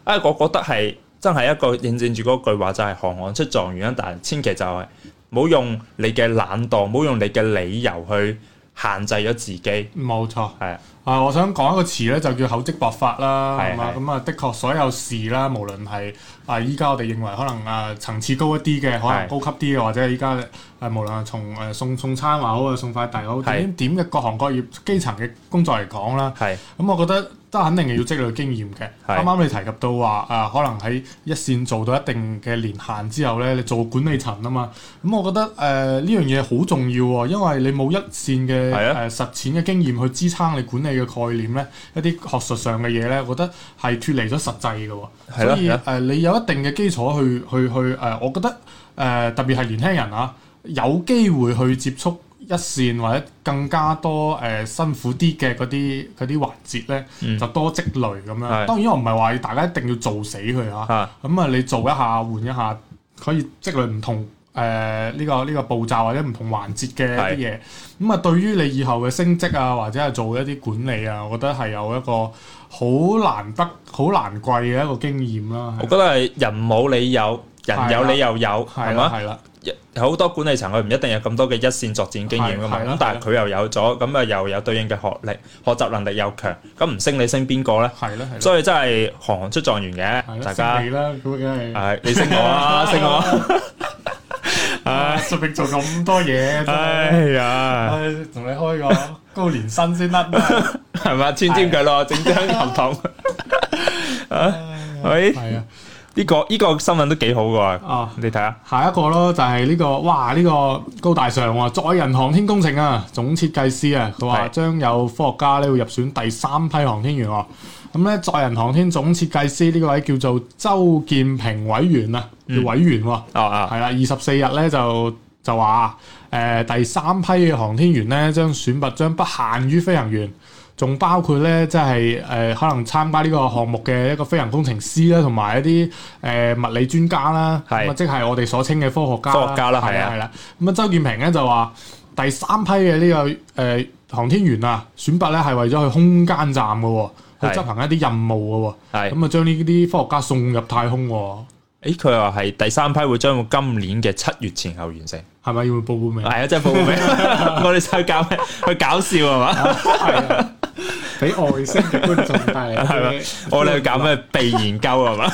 [SPEAKER 1] 啊，我覺得係真係一個印證住嗰句話，就係、行行出狀元啦。但係千祈就係唔好用你嘅懶惰，唔好用你嘅理由去限制咗自己。
[SPEAKER 2] 冇錯。
[SPEAKER 1] 係啊
[SPEAKER 2] 啊，我想講一個詞咧，就叫厚積薄發啦，
[SPEAKER 1] 係
[SPEAKER 2] 係嘛？
[SPEAKER 1] 係
[SPEAKER 2] 咁啊，的確所有事啦，無論係啊，依家我哋認為可能啊層次高一啲嘅，可
[SPEAKER 1] 係
[SPEAKER 2] 能高級啲嘅，或者依家誒呃無論係從誒送送餐話好啊，送快遞好，
[SPEAKER 1] 係
[SPEAKER 2] 點點嘅各行各業基層嘅工作嚟講啦，
[SPEAKER 1] 係
[SPEAKER 2] 咁我覺得都肯定係要積累經驗嘅。
[SPEAKER 1] 係
[SPEAKER 2] 啱啱你提及到話啊，可能喺一線做到一定嘅年限之後咧，你做管理層啊嘛。咁我覺得誒呃呢樣嘢好重要喎，因為你冇一線嘅
[SPEAKER 1] 係
[SPEAKER 2] 誒、
[SPEAKER 1] 啊
[SPEAKER 2] 實踐嘅經驗去支撐你管理嘅概念咧，一啲學術上嘅嘢咧，我覺得係脱離咗實際嘅喎。
[SPEAKER 1] 係咯
[SPEAKER 2] 所以
[SPEAKER 1] 係
[SPEAKER 2] 誒
[SPEAKER 1] 咯、
[SPEAKER 2] 你有一定嘅基礎去去去誒、我覺得誒、特別係年輕人啊，有機會去接觸一線或者更加多誒、辛苦啲嘅嗰啲嗰啲環節咧，就多積累咁
[SPEAKER 1] 係
[SPEAKER 2] 樣。當然我唔係話大家一定要做死佢嚇，
[SPEAKER 1] 啊，
[SPEAKER 2] 咁啊你做一下換一下，可以積累唔同。誒呢、個呢、個步驟或者唔同環節嘅
[SPEAKER 1] 係
[SPEAKER 2] 一啲嘢，咁啊對於你以後嘅升職啊，或者係做一啲管理啊，我覺得係有一個好難得、好難貴嘅一個經驗啦。
[SPEAKER 1] 我覺得係人冇你有，人有
[SPEAKER 2] 係啦
[SPEAKER 1] 你又有，係
[SPEAKER 2] 係啦，
[SPEAKER 1] 嘛？
[SPEAKER 2] 係啦，
[SPEAKER 1] 好多管理層佢唔一定有咁多嘅一線作戰經驗噶嘛，
[SPEAKER 2] 係
[SPEAKER 1] 咁
[SPEAKER 2] 係啦
[SPEAKER 1] 但係佢又有咗，咁啊又有對應嘅學歷，學習能力又強，咁唔升你升邊個咧？
[SPEAKER 2] 係啦，係啦，
[SPEAKER 1] 所以真係行行出狀元
[SPEAKER 2] 係
[SPEAKER 1] 嘅，
[SPEAKER 2] 啦，
[SPEAKER 1] 大家
[SPEAKER 2] 識你啦，咁
[SPEAKER 1] [laughs]
[SPEAKER 2] 梗係
[SPEAKER 1] 係你識我
[SPEAKER 2] [laughs]
[SPEAKER 1] 啦，識我。
[SPEAKER 2] 啊，
[SPEAKER 1] 唉，
[SPEAKER 2] 順便做咁多嘢，真係，
[SPEAKER 1] 哎呀，
[SPEAKER 2] 唉同你開個高年薪先
[SPEAKER 1] [laughs]
[SPEAKER 2] 得啊，
[SPEAKER 1] 係咪穿尖佢咯，整張合
[SPEAKER 2] [laughs]
[SPEAKER 1] 同。啊，喂，
[SPEAKER 2] 係啊，
[SPEAKER 1] 呢個呢個新聞都幾好㗎，
[SPEAKER 2] 啊。
[SPEAKER 1] 你睇下，
[SPEAKER 2] 下一個咯，就係呢、個，哇！呢、個高大上喎，載人航天工程啊，總設計師啊，佢話
[SPEAKER 1] 係
[SPEAKER 2] 將有科學家咧會入選第三批航天員喎。咁咧，載人航天總設計師呢個位叫做周建平委員啊，叫委員喎。
[SPEAKER 1] 哦啊，
[SPEAKER 2] 係啦，二十四日咧就就話誒、第三批嘅航天員咧，將選拔將不限於飛行員，仲包括咧即係誒可能參加呢個項目嘅一個飛行工程師啦，同埋一啲誒、物理專家啦，
[SPEAKER 1] 係
[SPEAKER 2] 咁啊即係我哋所稱嘅科學家
[SPEAKER 1] 科學家啦係啊
[SPEAKER 2] 係啦。咁啊，周建平咧就話第三批嘅呢、個誒、呃航天員啊，選拔咧係為咗去空間站嘅喎，去
[SPEAKER 1] 係
[SPEAKER 2] 執行一啲任務嘅喎。
[SPEAKER 1] 係，
[SPEAKER 2] 咁啊，將呢啲科學家送入太空喎，
[SPEAKER 1] 誒佢話係第三批會將到今年嘅七月前後完成，
[SPEAKER 2] 係咪要報報名？
[SPEAKER 1] 係啊，真係報
[SPEAKER 2] [laughs]
[SPEAKER 1] 名，我哋想搞咩？去搞笑係嘛？
[SPEAKER 2] 係啊， [laughs] 俾外星嘅觀眾帶嚟，
[SPEAKER 1] [laughs] 係咪我哋去搞咩被研究
[SPEAKER 2] [laughs]
[SPEAKER 1] 係嘛？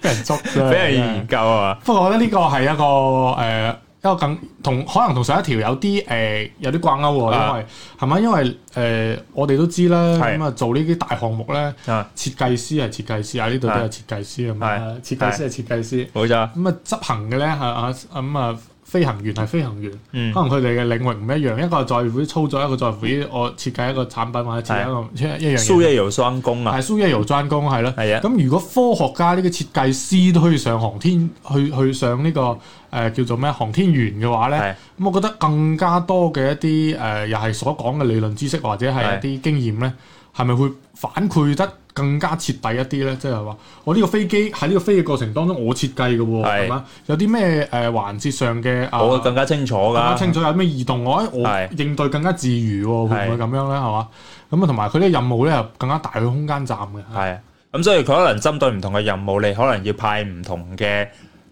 [SPEAKER 2] 俾人捉啫，
[SPEAKER 1] 俾人研。究係嘛？
[SPEAKER 2] 不過我覺得呢個係一個誒、呃一個更同可能同上一條有啲誒、呃有啲掛鈎喎，因為係咪？因為誒、呃我哋都知啦，
[SPEAKER 1] 啊係
[SPEAKER 2] 咁啊做呢啲大項目咧，
[SPEAKER 1] 啊，
[SPEAKER 2] 設計師係設計師啊，呢度都有設計師啊嘛，
[SPEAKER 1] 係
[SPEAKER 2] 設計師係設計師，
[SPEAKER 1] 冇錯，
[SPEAKER 2] 咁啊執行嘅咧係啊咁啊。飛行員係飛行員，
[SPEAKER 1] 嗯
[SPEAKER 2] 可能佢哋嘅領域唔一樣，一個係在乎於操作，一個在乎於我設計一個產品或者設計一個一樣嘢
[SPEAKER 1] 蘇。一搖雙工啊，
[SPEAKER 2] 係蘇一游專攻係咯，
[SPEAKER 1] 係啊
[SPEAKER 2] 咁如果科學家呢個設計師都可以上航天，去去上呢、個誒、呃叫做咩航天員嘅話
[SPEAKER 1] 係
[SPEAKER 2] 咧，咁我覺得更加多嘅一啲誒、呃又係所講嘅理論知識或者係一啲經驗咧，係咪會反饋得更加徹底一啲咧？即係話我呢個飛機喺呢個飛嘅過程當中，我設計嘅喎，
[SPEAKER 1] 係
[SPEAKER 2] 係嘛？有啲咩誒環節上嘅啊？
[SPEAKER 1] 我更加清楚
[SPEAKER 2] 更加
[SPEAKER 1] 㗎。
[SPEAKER 2] 清楚有咩異動，我哎我
[SPEAKER 1] 係
[SPEAKER 2] 應對更加自如喎，會
[SPEAKER 1] 係
[SPEAKER 2] 唔會咁樣咧？係嘛？咁啊，同埋佢啲任務咧又更加大嘅空間站嘅，
[SPEAKER 1] 系咁，所以佢可能針對唔同嘅任務，你可能要派唔同嘅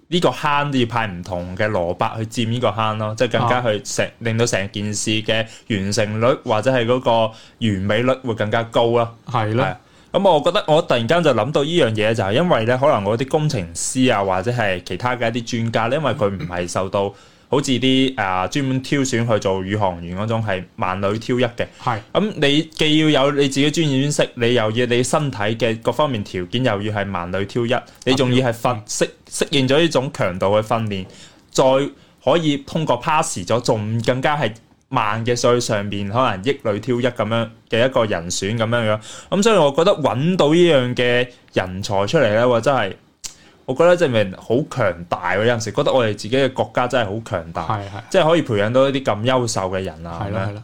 [SPEAKER 1] 呢個坑都要派唔同嘅蘿蔔去佔呢個坑咯，即係更加去成令到成件事嘅完成率或者係嗰個完美率會更加高啦。
[SPEAKER 2] 係
[SPEAKER 1] 係
[SPEAKER 2] 啦，
[SPEAKER 1] 啊咁我覺得我突然間就諗到呢樣嘢，就係因為咧，可能我啲工程師啊，或者係其他嘅一啲專家咧，因為佢唔係受到好似啲啊專門挑選去做宇航員嗰種係萬里挑一嘅。
[SPEAKER 2] 係
[SPEAKER 1] 咁你既要有你自己專業知識，你又要你身體嘅各方面條件又要係萬里挑一，你仲要係
[SPEAKER 2] 嗯
[SPEAKER 1] 訓適適應咗呢種強度嘅訓練，再可以通過 pass 咗，仲更加係慢嘅數據上面可能億里挑一咁樣嘅一個人選咁樣樣。咁所以我覺得揾到呢樣嘅人才出嚟咧，我真係我覺得真係好強大喎！有陣時覺得我哋自己嘅國家真係好強大，
[SPEAKER 2] 係係。
[SPEAKER 1] 即係可以培養到一啲咁優秀嘅人啊！
[SPEAKER 2] 係
[SPEAKER 1] 咁樣
[SPEAKER 2] 啦係啦。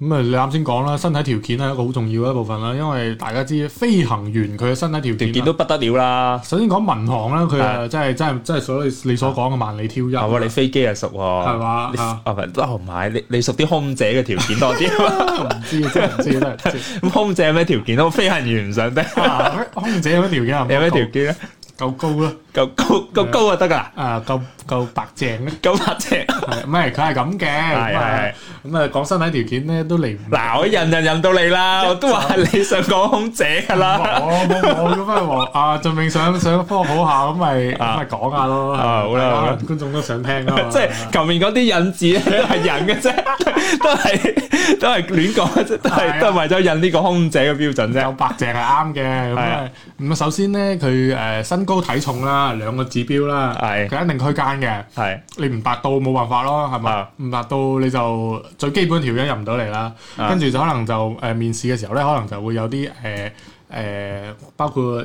[SPEAKER 2] 咁啊，你啱先講啦，身體條件係一個好重要嘅一部分啦，因為大家知飛行員佢嘅身體條
[SPEAKER 1] 條
[SPEAKER 2] 件
[SPEAKER 1] 件
[SPEAKER 2] 啦。
[SPEAKER 1] 都不得了啦。
[SPEAKER 2] 首先講民航啦，佢啊真係真係真係所你所講嘅萬里挑一，
[SPEAKER 1] 係喎，你
[SPEAKER 2] 啊係
[SPEAKER 1] 啊飛機又熟喎，
[SPEAKER 2] 嘛？
[SPEAKER 1] 你
[SPEAKER 2] 啊
[SPEAKER 1] 啊唔係，哦唔係，你你熟啲空姐嘅條件多啲，
[SPEAKER 2] [laughs] 啊唔知真係唔知真係唔知。
[SPEAKER 1] 咁空姐有咩條件？啊我飛行員唔想聽，
[SPEAKER 2] 啊空姐有咩條件啊？
[SPEAKER 1] 你有咩條件咧？
[SPEAKER 2] 夠高啦，
[SPEAKER 1] 夠高夠高就得㗎啦，
[SPEAKER 2] 啊夠夠白淨咧，
[SPEAKER 1] 夠白隻。
[SPEAKER 2] 係唔係佢係咁嘅。
[SPEAKER 1] 係
[SPEAKER 2] 咁啊
[SPEAKER 1] 係
[SPEAKER 2] 咁啊，講身體條件咧都離唔
[SPEAKER 1] 嗱，我印就印到你啦，我都話你想講空姐㗎啦。
[SPEAKER 2] 我冇冇咁啊！黃啊，俊明 [laughs] 想想科普下，咁咪咁咪講下咯。
[SPEAKER 1] 啊好啦好啦
[SPEAKER 2] 大家觀眾都想聽啊嘛。
[SPEAKER 1] [laughs] 即係求面嗰啲引字
[SPEAKER 2] [laughs]
[SPEAKER 1] 咧係引嘅啫， [laughs] 都係都係亂講嘅啫，都
[SPEAKER 2] 係
[SPEAKER 1] 係
[SPEAKER 2] 啊
[SPEAKER 1] 都係為咗引呢個空姐嘅標準啫。
[SPEAKER 2] 有白淨係啱嘅，咁
[SPEAKER 1] 係
[SPEAKER 2] 啊
[SPEAKER 1] 啊
[SPEAKER 2] 咁啊首先咧佢誒身高體重啦兩個指標啦，
[SPEAKER 1] 係
[SPEAKER 2] 佢一定區間嘅，
[SPEAKER 1] 係
[SPEAKER 2] 你唔達到冇辦法咯，係咪
[SPEAKER 1] 啊？
[SPEAKER 2] 唔達到你就最基本條件入唔到嚟啦，
[SPEAKER 1] 啊
[SPEAKER 2] 跟住就可能就誒面試嘅時候咧，可能就會有啲誒誒包括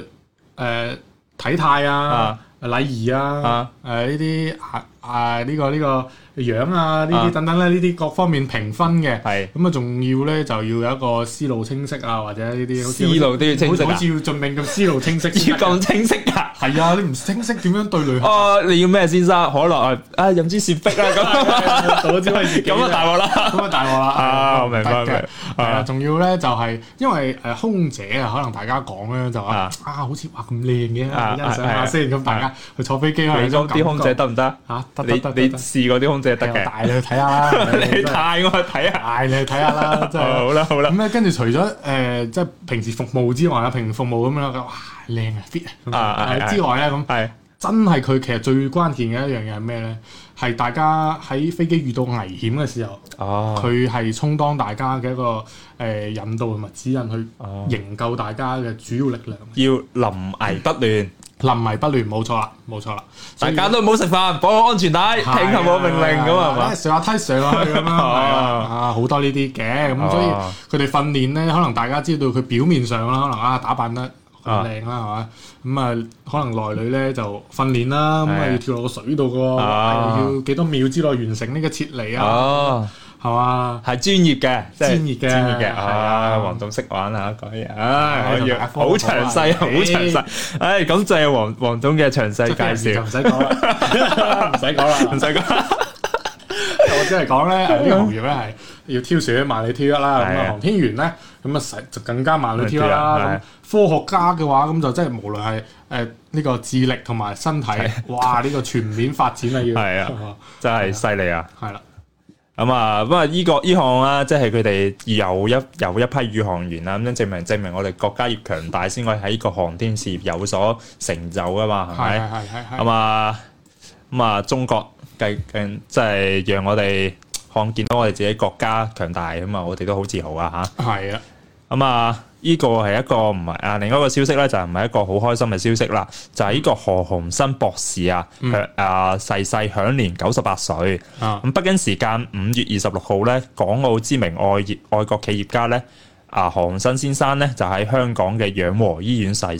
[SPEAKER 2] 誒體態啊
[SPEAKER 1] 啊、
[SPEAKER 2] 禮儀啊
[SPEAKER 1] 啊、
[SPEAKER 2] 誒呢啲啊啊呢個呢個樣啊呢啲
[SPEAKER 1] 啊
[SPEAKER 2] 等等咧呢啲各方面評分嘅。
[SPEAKER 1] 係
[SPEAKER 2] 咁啊，仲要咧就要有一個思路清晰啊，或者呢啲好似
[SPEAKER 1] 思路都要清晰啊
[SPEAKER 2] 好似要盡命咁思路清晰
[SPEAKER 1] 要
[SPEAKER 2] 先得㗎。
[SPEAKER 1] 咁清晰㗎。
[SPEAKER 2] 係啊，你唔清晰點樣對旅
[SPEAKER 1] [laughs]
[SPEAKER 2] 客？
[SPEAKER 1] 哦，你要咩先生？可樂啊，啊飲支雪碧啦咁，
[SPEAKER 2] 到只可以自己
[SPEAKER 1] 咁啊大鑊啦！
[SPEAKER 2] [laughs] 咁啊大鑊啦！
[SPEAKER 1] 啊，我明白
[SPEAKER 2] 係啊
[SPEAKER 1] 明白，
[SPEAKER 2] 係啊，
[SPEAKER 1] 啊
[SPEAKER 2] 仲要咧就係因為誒空姐啊，可能大家講咧就話啊
[SPEAKER 1] 啊，
[SPEAKER 2] 好似哇咁靚嘅，
[SPEAKER 1] 啊
[SPEAKER 2] 欣賞
[SPEAKER 1] 係
[SPEAKER 2] 下
[SPEAKER 1] 啊
[SPEAKER 2] 先。咁大家去坐飛機可能
[SPEAKER 1] 你
[SPEAKER 2] 有
[SPEAKER 1] 嗰啲空姐
[SPEAKER 2] 得
[SPEAKER 1] 得唔得？
[SPEAKER 2] 嚇啊得
[SPEAKER 1] 你
[SPEAKER 2] 得得
[SPEAKER 1] 你
[SPEAKER 2] 得，
[SPEAKER 1] 試過啲空姐得
[SPEAKER 2] 係啊
[SPEAKER 1] 嘅，
[SPEAKER 2] 大你去睇
[SPEAKER 1] [laughs]
[SPEAKER 2] 下啦，
[SPEAKER 1] 你
[SPEAKER 2] 真係
[SPEAKER 1] 帶我去睇下。
[SPEAKER 2] 大你去睇下啦，真係。
[SPEAKER 1] [laughs] 好啦好啦，
[SPEAKER 2] 咁咧，跟住除咗誒、呃即係平時服務之外啊，平時服務咁樣，哇靚啊 fit
[SPEAKER 1] 啊
[SPEAKER 2] 啊
[SPEAKER 1] 係
[SPEAKER 2] 咁樣
[SPEAKER 1] 係
[SPEAKER 2] 之外咧，咁
[SPEAKER 1] 係
[SPEAKER 2] 真係佢其實最關鍵嘅一樣嘢係咩咧？係大家喺飛機遇到危險嘅時候，
[SPEAKER 1] 哦
[SPEAKER 2] 佢係充當大家嘅一個誒、呃引導同埋指引去
[SPEAKER 1] 哦，
[SPEAKER 2] 營救大家嘅主要力量。
[SPEAKER 1] 要臨危不亂，
[SPEAKER 2] 臨危不亂，冇錯啦，冇錯啦，所
[SPEAKER 1] 大
[SPEAKER 2] 以
[SPEAKER 1] 家都唔好食飯，綁好安全帶，
[SPEAKER 2] 係啊
[SPEAKER 1] 聽候我命令咁啊係嘛？
[SPEAKER 2] 上下梯上下去咁樣，係啊
[SPEAKER 1] [laughs]
[SPEAKER 2] 啊好多呢啲嘅，咁
[SPEAKER 1] 哦
[SPEAKER 2] 所以佢哋訓練咧，可能大家知道佢表面上啦，可能啊打扮得好
[SPEAKER 1] 啊
[SPEAKER 2] 靚啦，係嘛，咁啊可能內裏咧就訓練啦，咁啊
[SPEAKER 1] 係
[SPEAKER 2] 要跳落個水度個，
[SPEAKER 1] 啊
[SPEAKER 2] 要幾多秒之內完成呢個撤離啊，
[SPEAKER 1] 哦，
[SPEAKER 2] 係嘛，
[SPEAKER 1] 係專業嘅，即係
[SPEAKER 2] 專業嘅
[SPEAKER 1] 專業嘅
[SPEAKER 2] 係啊
[SPEAKER 1] 啊！黃總識玩啊，講嘢啊，
[SPEAKER 2] 係
[SPEAKER 1] 可以
[SPEAKER 2] 同埋
[SPEAKER 1] 好詳細，好詳細。唉，咁就係黃黃總嘅詳細
[SPEAKER 2] 即係
[SPEAKER 1] 介
[SPEAKER 2] 就
[SPEAKER 1] 紹
[SPEAKER 2] 唔，使講啦，唔使講啦，
[SPEAKER 1] [laughs] 唔使講。
[SPEAKER 2] 我只係講
[SPEAKER 1] [laughs]
[SPEAKER 2] 咧，誒呢個行業咧係要挑選萬里挑一啦，咁
[SPEAKER 1] 係
[SPEAKER 2] 啊
[SPEAKER 1] 啊
[SPEAKER 2] 航天員咧咁啊實就更加萬里挑一啦
[SPEAKER 1] 係。
[SPEAKER 2] 咁科學家嘅話，咁就真係無論係誒呢個智力同埋身體，哇呢個全面發展啊
[SPEAKER 1] [laughs]
[SPEAKER 2] 要
[SPEAKER 1] 係啊， [laughs] 真係犀利啊！
[SPEAKER 2] [laughs] 係啦，
[SPEAKER 1] 咁啊，不過依個依項啦，即係佢哋有一有一批宇航員啊啦，咁樣證明證明我哋國家要強大，先可以喺呢個航天事業有所成就噶嘛，係
[SPEAKER 2] 係
[SPEAKER 1] 咪？
[SPEAKER 2] 係係係係
[SPEAKER 1] 咁啊，咁啊，中國繼繼即係讓我哋看見到我哋自己國家強大，咁啊，我哋都好自豪啊嚇！
[SPEAKER 2] 係啊，
[SPEAKER 1] 咁啊，呢個係一個唔係啊，另一個消息咧就唔係一個好開心嘅消息啦，就係、呢個何鴻燊博士啊，
[SPEAKER 2] 嗯
[SPEAKER 1] 佢啊逝世享年九十八歲。
[SPEAKER 2] 啊
[SPEAKER 1] 咁北京時間五月二十六號咧，港澳知名外業外國企業家咧啊韓新先生咧就喺香港嘅養和醫院逝世，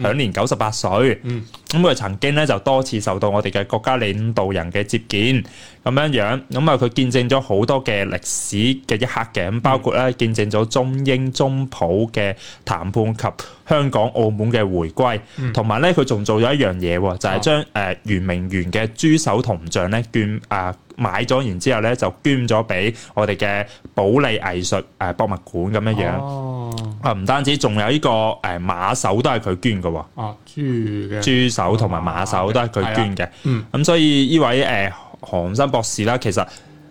[SPEAKER 1] 享年九十八歲。
[SPEAKER 2] 嗯
[SPEAKER 1] 咁佢曾經咧就多次受到我哋嘅國家領導人嘅接見，咁樣樣，咁啊佢見證咗好多嘅歷史嘅一刻嘅，咁包括咧見證咗中英中葡嘅談判及香港澳門嘅回歸，同埋咧佢仲做咗一樣嘢喎，就係將誒圓明園嘅豬手銅像咧捐啊。買咗，然之後咧就捐咗俾我哋嘅保利藝術誒博物館咁樣樣
[SPEAKER 2] 哦，
[SPEAKER 1] 啊！唔單止，仲有呢個誒馬首都係佢捐嘅喎。
[SPEAKER 2] 啊豬嘅，
[SPEAKER 1] 豬手同埋馬手都係佢捐嘅。咁、
[SPEAKER 2] 嗯
[SPEAKER 1] 所以呢位誒、呃、韓生博士啦，其實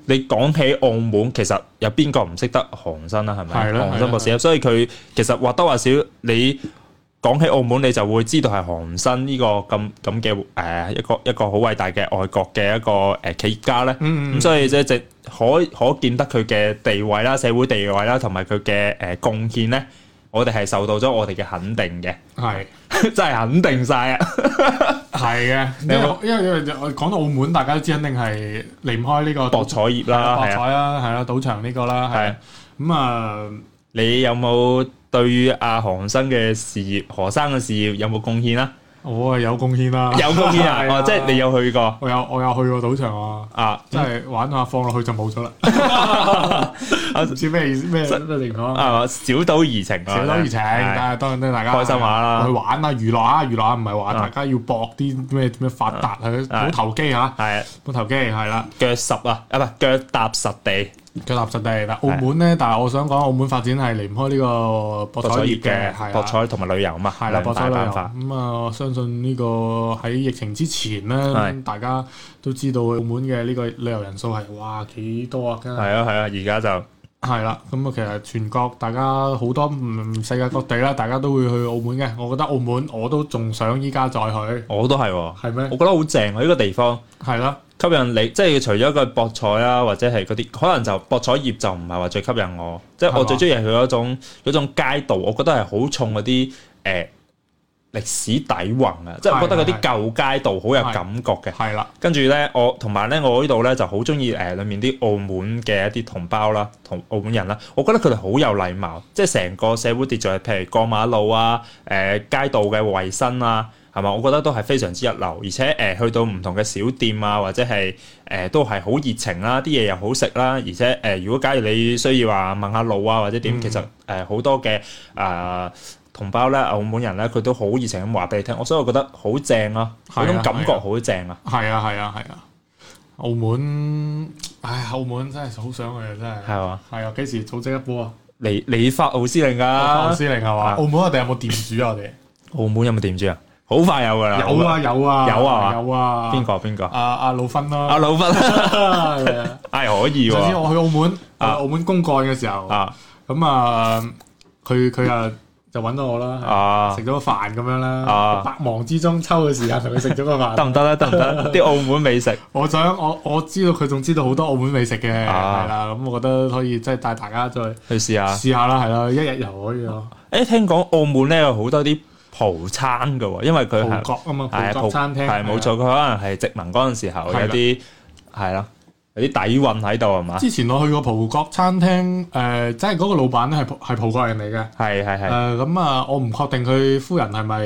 [SPEAKER 1] 你講起澳門，其實有邊個唔識得韓生啊啦？係咪？
[SPEAKER 2] 係啦
[SPEAKER 1] 韓生博士，所以佢其實或多或少你。講起澳門，你就會知道係韓生呢個咁咁嘅誒一個一個好偉大嘅外國嘅一個誒、呃企業家咧，咁、
[SPEAKER 2] 嗯嗯
[SPEAKER 1] 所以即係直可可見得佢嘅地位啦、社會地位啦，同埋佢嘅誒貢獻咧，我哋係受到咗我哋嘅肯定嘅， [laughs]
[SPEAKER 2] 係
[SPEAKER 1] 真係肯定晒啊！[laughs]
[SPEAKER 2] 係嘅，因
[SPEAKER 1] 你有
[SPEAKER 2] 為因為因為我講到澳門，大家都知肯定係離唔開呢個
[SPEAKER 1] 博彩業啦，
[SPEAKER 2] 博
[SPEAKER 1] 係啊，
[SPEAKER 2] 彩啦，係啦，賭場呢個啦，係
[SPEAKER 1] 係
[SPEAKER 2] 啊咁啊。
[SPEAKER 1] 你有冇對於阿韓生嘅事業、何生嘅事業有冇貢獻
[SPEAKER 2] [laughs]
[SPEAKER 1] 啦？
[SPEAKER 2] 我啊係有貢
[SPEAKER 1] [laughs]
[SPEAKER 2] 獻啦，
[SPEAKER 1] 有貢獻
[SPEAKER 2] 係
[SPEAKER 1] 啊！哦，即係你有去過
[SPEAKER 2] 我有我有去過賭場啊， [laughs]
[SPEAKER 1] 啊？
[SPEAKER 2] 真係玩下放落去就冇咗啦， [laughs] 唔知咩意思咩咩地方。
[SPEAKER 1] 啊，小賭怡情啊，
[SPEAKER 2] 少多餘情，
[SPEAKER 1] 係
[SPEAKER 2] 但係當然咧，大家
[SPEAKER 1] 開心下啦
[SPEAKER 2] 去玩啦，娛樂下，娛樂下，唔係話
[SPEAKER 1] 啊
[SPEAKER 2] 大家要搏啲咩咩發達去
[SPEAKER 1] 啊
[SPEAKER 2] 好投機嚇，
[SPEAKER 1] 係啊
[SPEAKER 2] 好投機係啦，
[SPEAKER 1] 腳實啊，啊唔係腳踏實地，
[SPEAKER 2] 腳踏實地。但澳門咧，但係我想講，澳門發展係離唔開呢個
[SPEAKER 1] 博
[SPEAKER 2] 博彩
[SPEAKER 1] 彩
[SPEAKER 2] 業
[SPEAKER 1] 業
[SPEAKER 2] 嘅，係
[SPEAKER 1] 嘅
[SPEAKER 2] 啦
[SPEAKER 1] 博彩同埋旅遊嘛，
[SPEAKER 2] 係啦，
[SPEAKER 1] 兩
[SPEAKER 2] 博彩
[SPEAKER 1] 大
[SPEAKER 2] 旅遊
[SPEAKER 1] 辦法。
[SPEAKER 2] 咁啊，我相信呢個喺疫情之前咧，
[SPEAKER 1] 係
[SPEAKER 2] 大家都知道澳門嘅呢個旅遊人數係哇幾多啊，梗係
[SPEAKER 1] 係啊係啊，而家就
[SPEAKER 2] 係啦。咁啊，其實全國大家好多唔世界各地啦，大家都會去澳門嘅。我覺得澳門我都仲想依家再去，
[SPEAKER 1] 我都係喎，
[SPEAKER 2] 係
[SPEAKER 1] 我
[SPEAKER 2] 咩？
[SPEAKER 1] 覺得好正啊！呢個地方。
[SPEAKER 2] 係啦，
[SPEAKER 1] 吸引你，即係除咗個博彩啦，或者係嗰啲，可能就博彩業就唔係話最吸引我，即係
[SPEAKER 2] 係嘛
[SPEAKER 1] 我最中意係佢嗰種嗰種街道，我覺得係好重嗰啲誒歷史底蘊啊，即係我覺得嗰啲舊街道好有感覺嘅。
[SPEAKER 2] 係啦，
[SPEAKER 1] 跟住咧，我同埋咧，我呢度咧就好中意誒裏面啲澳門嘅一啲同胞啦，同澳門人啦，我覺得佢哋好有禮貌，即係成個社會秩序，譬如過馬路啊、誒、街道嘅衞生啊，係嘛？我覺得都係非常之一流，而且誒、去到唔同嘅小店啊，或者係誒、呃都係好熱情啦，啲嘢又好食啦，而且誒、呃如果假如你需要話問下路啊或者點，
[SPEAKER 2] 嗯
[SPEAKER 1] 其實誒好、多嘅啊。同胞咧，澳門人咧，佢都好熱情咁話俾你聽，我所以我覺得好正啊，
[SPEAKER 2] 係啊
[SPEAKER 1] 嗰種感
[SPEAKER 2] 係
[SPEAKER 1] 覺
[SPEAKER 2] 啊
[SPEAKER 1] 好正啊！
[SPEAKER 2] 係啊，係啊，係啊。澳門，唉，澳門真係好想去啊，真係。
[SPEAKER 1] 係嘛？
[SPEAKER 2] 係啊，幾時組織一波啊？
[SPEAKER 1] 你你發奧斯令
[SPEAKER 2] 我
[SPEAKER 1] 噶，
[SPEAKER 2] 司令係嘛？
[SPEAKER 1] 啊
[SPEAKER 2] 澳門我哋有冇店主啊？我哋
[SPEAKER 1] 澳門有冇店主啊？好快 [laughs] 有噶啦，
[SPEAKER 2] 有啊，有啊，
[SPEAKER 1] 有啊
[SPEAKER 2] 有啊。
[SPEAKER 1] 好快，邊個啊邊個？
[SPEAKER 2] 阿阿魯芬啦 [laughs]
[SPEAKER 1] 阿。老芬， [laughs]
[SPEAKER 2] 係啊
[SPEAKER 1] 唉哎可以
[SPEAKER 2] 上次
[SPEAKER 1] 喎，
[SPEAKER 2] 我去澳門，我
[SPEAKER 1] 啊
[SPEAKER 2] 去澳門公幹嘅時候，
[SPEAKER 1] 啊
[SPEAKER 2] 咁啊，佢佢啊就揾到我啦，
[SPEAKER 1] 啊
[SPEAKER 2] 食咗個飯咁樣啦，
[SPEAKER 1] 啊
[SPEAKER 2] 百忙之中抽嘅時間同佢食咗
[SPEAKER 1] [laughs]
[SPEAKER 2] 個
[SPEAKER 1] 得
[SPEAKER 2] 飯。
[SPEAKER 1] 唔得咧？得唔得？啲澳門美食
[SPEAKER 2] 我想我我知道佢仲知道好多澳門美食嘅，係
[SPEAKER 1] 啊
[SPEAKER 2] 啦，咁我覺得可以即係帶大家再
[SPEAKER 1] 去試下。
[SPEAKER 2] 試下啦，係啦，一日遊可以咯，
[SPEAKER 1] 誒，聽講澳門咧有好多啲葡餐噶喎，因為佢
[SPEAKER 2] 葡
[SPEAKER 1] 係
[SPEAKER 2] 國啊嘛，
[SPEAKER 1] 係
[SPEAKER 2] 葡國餐廳啊
[SPEAKER 1] 係冇錯，。佢可能係殖民嗰陣時候
[SPEAKER 2] 係
[SPEAKER 1] 有
[SPEAKER 2] 啦
[SPEAKER 1] 啲係啦，有啲底韻喺度係嘛？
[SPEAKER 2] 之前我去過葡國餐廳，誒，即係嗰個老闆咧係葡係葡國人嚟嘅。
[SPEAKER 1] 係係係
[SPEAKER 2] 誒咁啊，我唔確定佢夫人係咪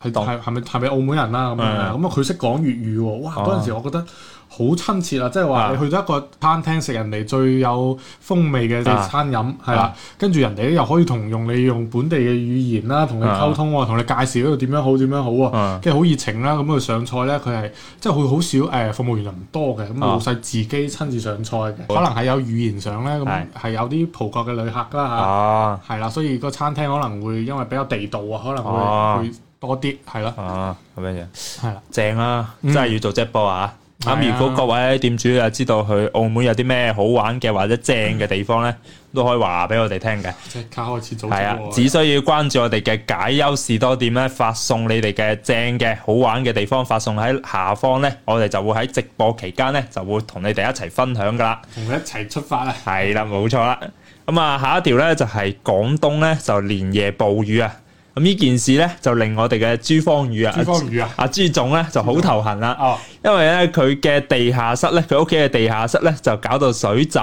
[SPEAKER 2] 係
[SPEAKER 1] 當
[SPEAKER 2] 係係咪係咪澳門人啦咁樣啊，
[SPEAKER 1] 嗯
[SPEAKER 2] 咁啊佢識講粵語喎，哇！
[SPEAKER 1] 哦
[SPEAKER 2] 嗰陣時我覺得好親切啊，即係話
[SPEAKER 1] 啊
[SPEAKER 2] 你去到一個餐廳食人哋最有風味嘅餐飲係啦
[SPEAKER 1] 啊，
[SPEAKER 2] 跟住人哋又可以同用你用本地嘅語言啦，同你
[SPEAKER 1] 啊
[SPEAKER 2] 溝通喎，同你介紹嗰度點樣好點樣好喎
[SPEAKER 1] 嗯，
[SPEAKER 2] 跟住好熱情啦，咁佢上菜咧佢係即係佢好少誒服務員又唔多嘅，咁
[SPEAKER 1] 啊
[SPEAKER 2] 老細自己親自上菜嘅，可能係有語言上咧咁
[SPEAKER 1] 係
[SPEAKER 2] 係有啲葡國嘅旅客啦嚇。
[SPEAKER 1] 啊
[SPEAKER 2] 係啦，所以個餐廳可能會因為比較地道啊，可能會、
[SPEAKER 1] 哦
[SPEAKER 2] 會多啲，係啦，
[SPEAKER 1] 啊咁樣樣。
[SPEAKER 2] 係啦，
[SPEAKER 1] 正啊，
[SPEAKER 2] 嗯
[SPEAKER 1] 真係要做直播啊！
[SPEAKER 2] 係啊
[SPEAKER 1] 咁如果各位店主啊知道去澳門有啲咩好玩嘅或者正嘅地方咧，都可以話俾我哋聽嘅。
[SPEAKER 2] 即刻開始組
[SPEAKER 1] 係啊
[SPEAKER 2] 織，
[SPEAKER 1] 只
[SPEAKER 2] 喎。
[SPEAKER 1] 需要關注我哋嘅解憂士多店咧，發送你哋嘅正嘅好玩嘅地方，發送喺下方咧，我哋就會喺直播期間咧就會同你哋一齊分享噶啦。
[SPEAKER 2] 同佢一齊出發
[SPEAKER 1] [laughs]
[SPEAKER 2] 啊！
[SPEAKER 1] 係啦，冇錯啦。咁啊，下一條咧就係廣東咧就連夜暴雨啊！咁呢件事咧就令我哋嘅朱芳雨啊，
[SPEAKER 2] 朱芳雨啊，
[SPEAKER 1] 阿朱總咧就好頭痕啦。
[SPEAKER 2] 哦，
[SPEAKER 1] 因為咧佢嘅地下室咧，佢屋企嘅地下室咧就搞到水浸，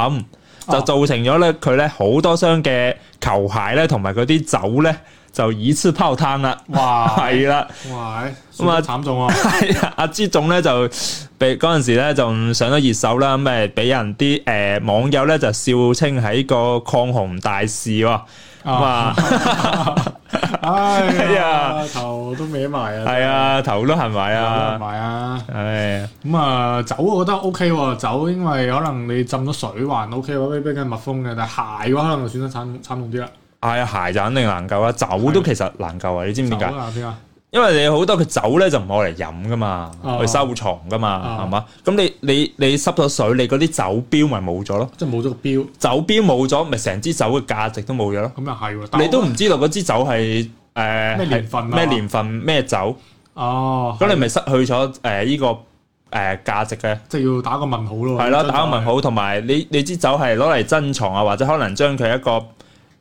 [SPEAKER 1] 就造成咗咧佢咧好多箱嘅球鞋咧，同埋嗰啲酒咧就以次泡湯啦，
[SPEAKER 2] 哇，
[SPEAKER 1] 係啦。
[SPEAKER 2] 哇，
[SPEAKER 1] 咁啊
[SPEAKER 2] 慘重啊，
[SPEAKER 1] 係啊，阿朱總咧就被嗰陣時咧就上咗熱搜啦，咁咪俾人啲誒、呃、網友咧就笑稱喺個抗洪大使喎，咁啊
[SPEAKER 2] 哎
[SPEAKER 1] 呀
[SPEAKER 2] 呀，頭都歪埋啊，
[SPEAKER 1] 係 [laughs] 啊頭都痕埋
[SPEAKER 2] 啊，
[SPEAKER 1] 啊，
[SPEAKER 2] 埋啊。
[SPEAKER 1] 係啊
[SPEAKER 2] 咁啊，酒我覺得 O K 喎，酒因為可能你浸咗水還 O K 喎，比比較密封嘅，但係鞋嘅話可能就損失慘慘重啲啦。
[SPEAKER 1] 係啊鞋就肯定難救啊，酒都其實難救啊，你知唔知
[SPEAKER 2] 酒
[SPEAKER 1] 點解？
[SPEAKER 2] 啊，邊啊？
[SPEAKER 1] 因為你好多嘅酒咧就唔係攞嚟飲噶嘛，
[SPEAKER 2] 哦
[SPEAKER 1] 去收藏噶嘛，
[SPEAKER 2] 哦
[SPEAKER 1] 係嘛？咁你你你濕咗水，你嗰啲酒標咪冇咗咯，
[SPEAKER 2] 即係冇咗個標，
[SPEAKER 1] 酒標冇咗，咪成支酒嘅價值都冇咗咯。
[SPEAKER 2] 咁又係喎。但
[SPEAKER 1] 你都
[SPEAKER 2] 我
[SPEAKER 1] 唔知道嗰支酒係誒
[SPEAKER 2] 啊咩年份啊
[SPEAKER 1] 咩年份、咩酒，
[SPEAKER 2] 哦，
[SPEAKER 1] 咁你咪失去咗誒呢個誒價值嘅，
[SPEAKER 2] 即係要打個問號
[SPEAKER 1] 係
[SPEAKER 2] 咯。真
[SPEAKER 1] 咯，
[SPEAKER 2] 係
[SPEAKER 1] 打個問。號，同埋你你支酒係攞嚟珍藏啊，或者可能將佢一個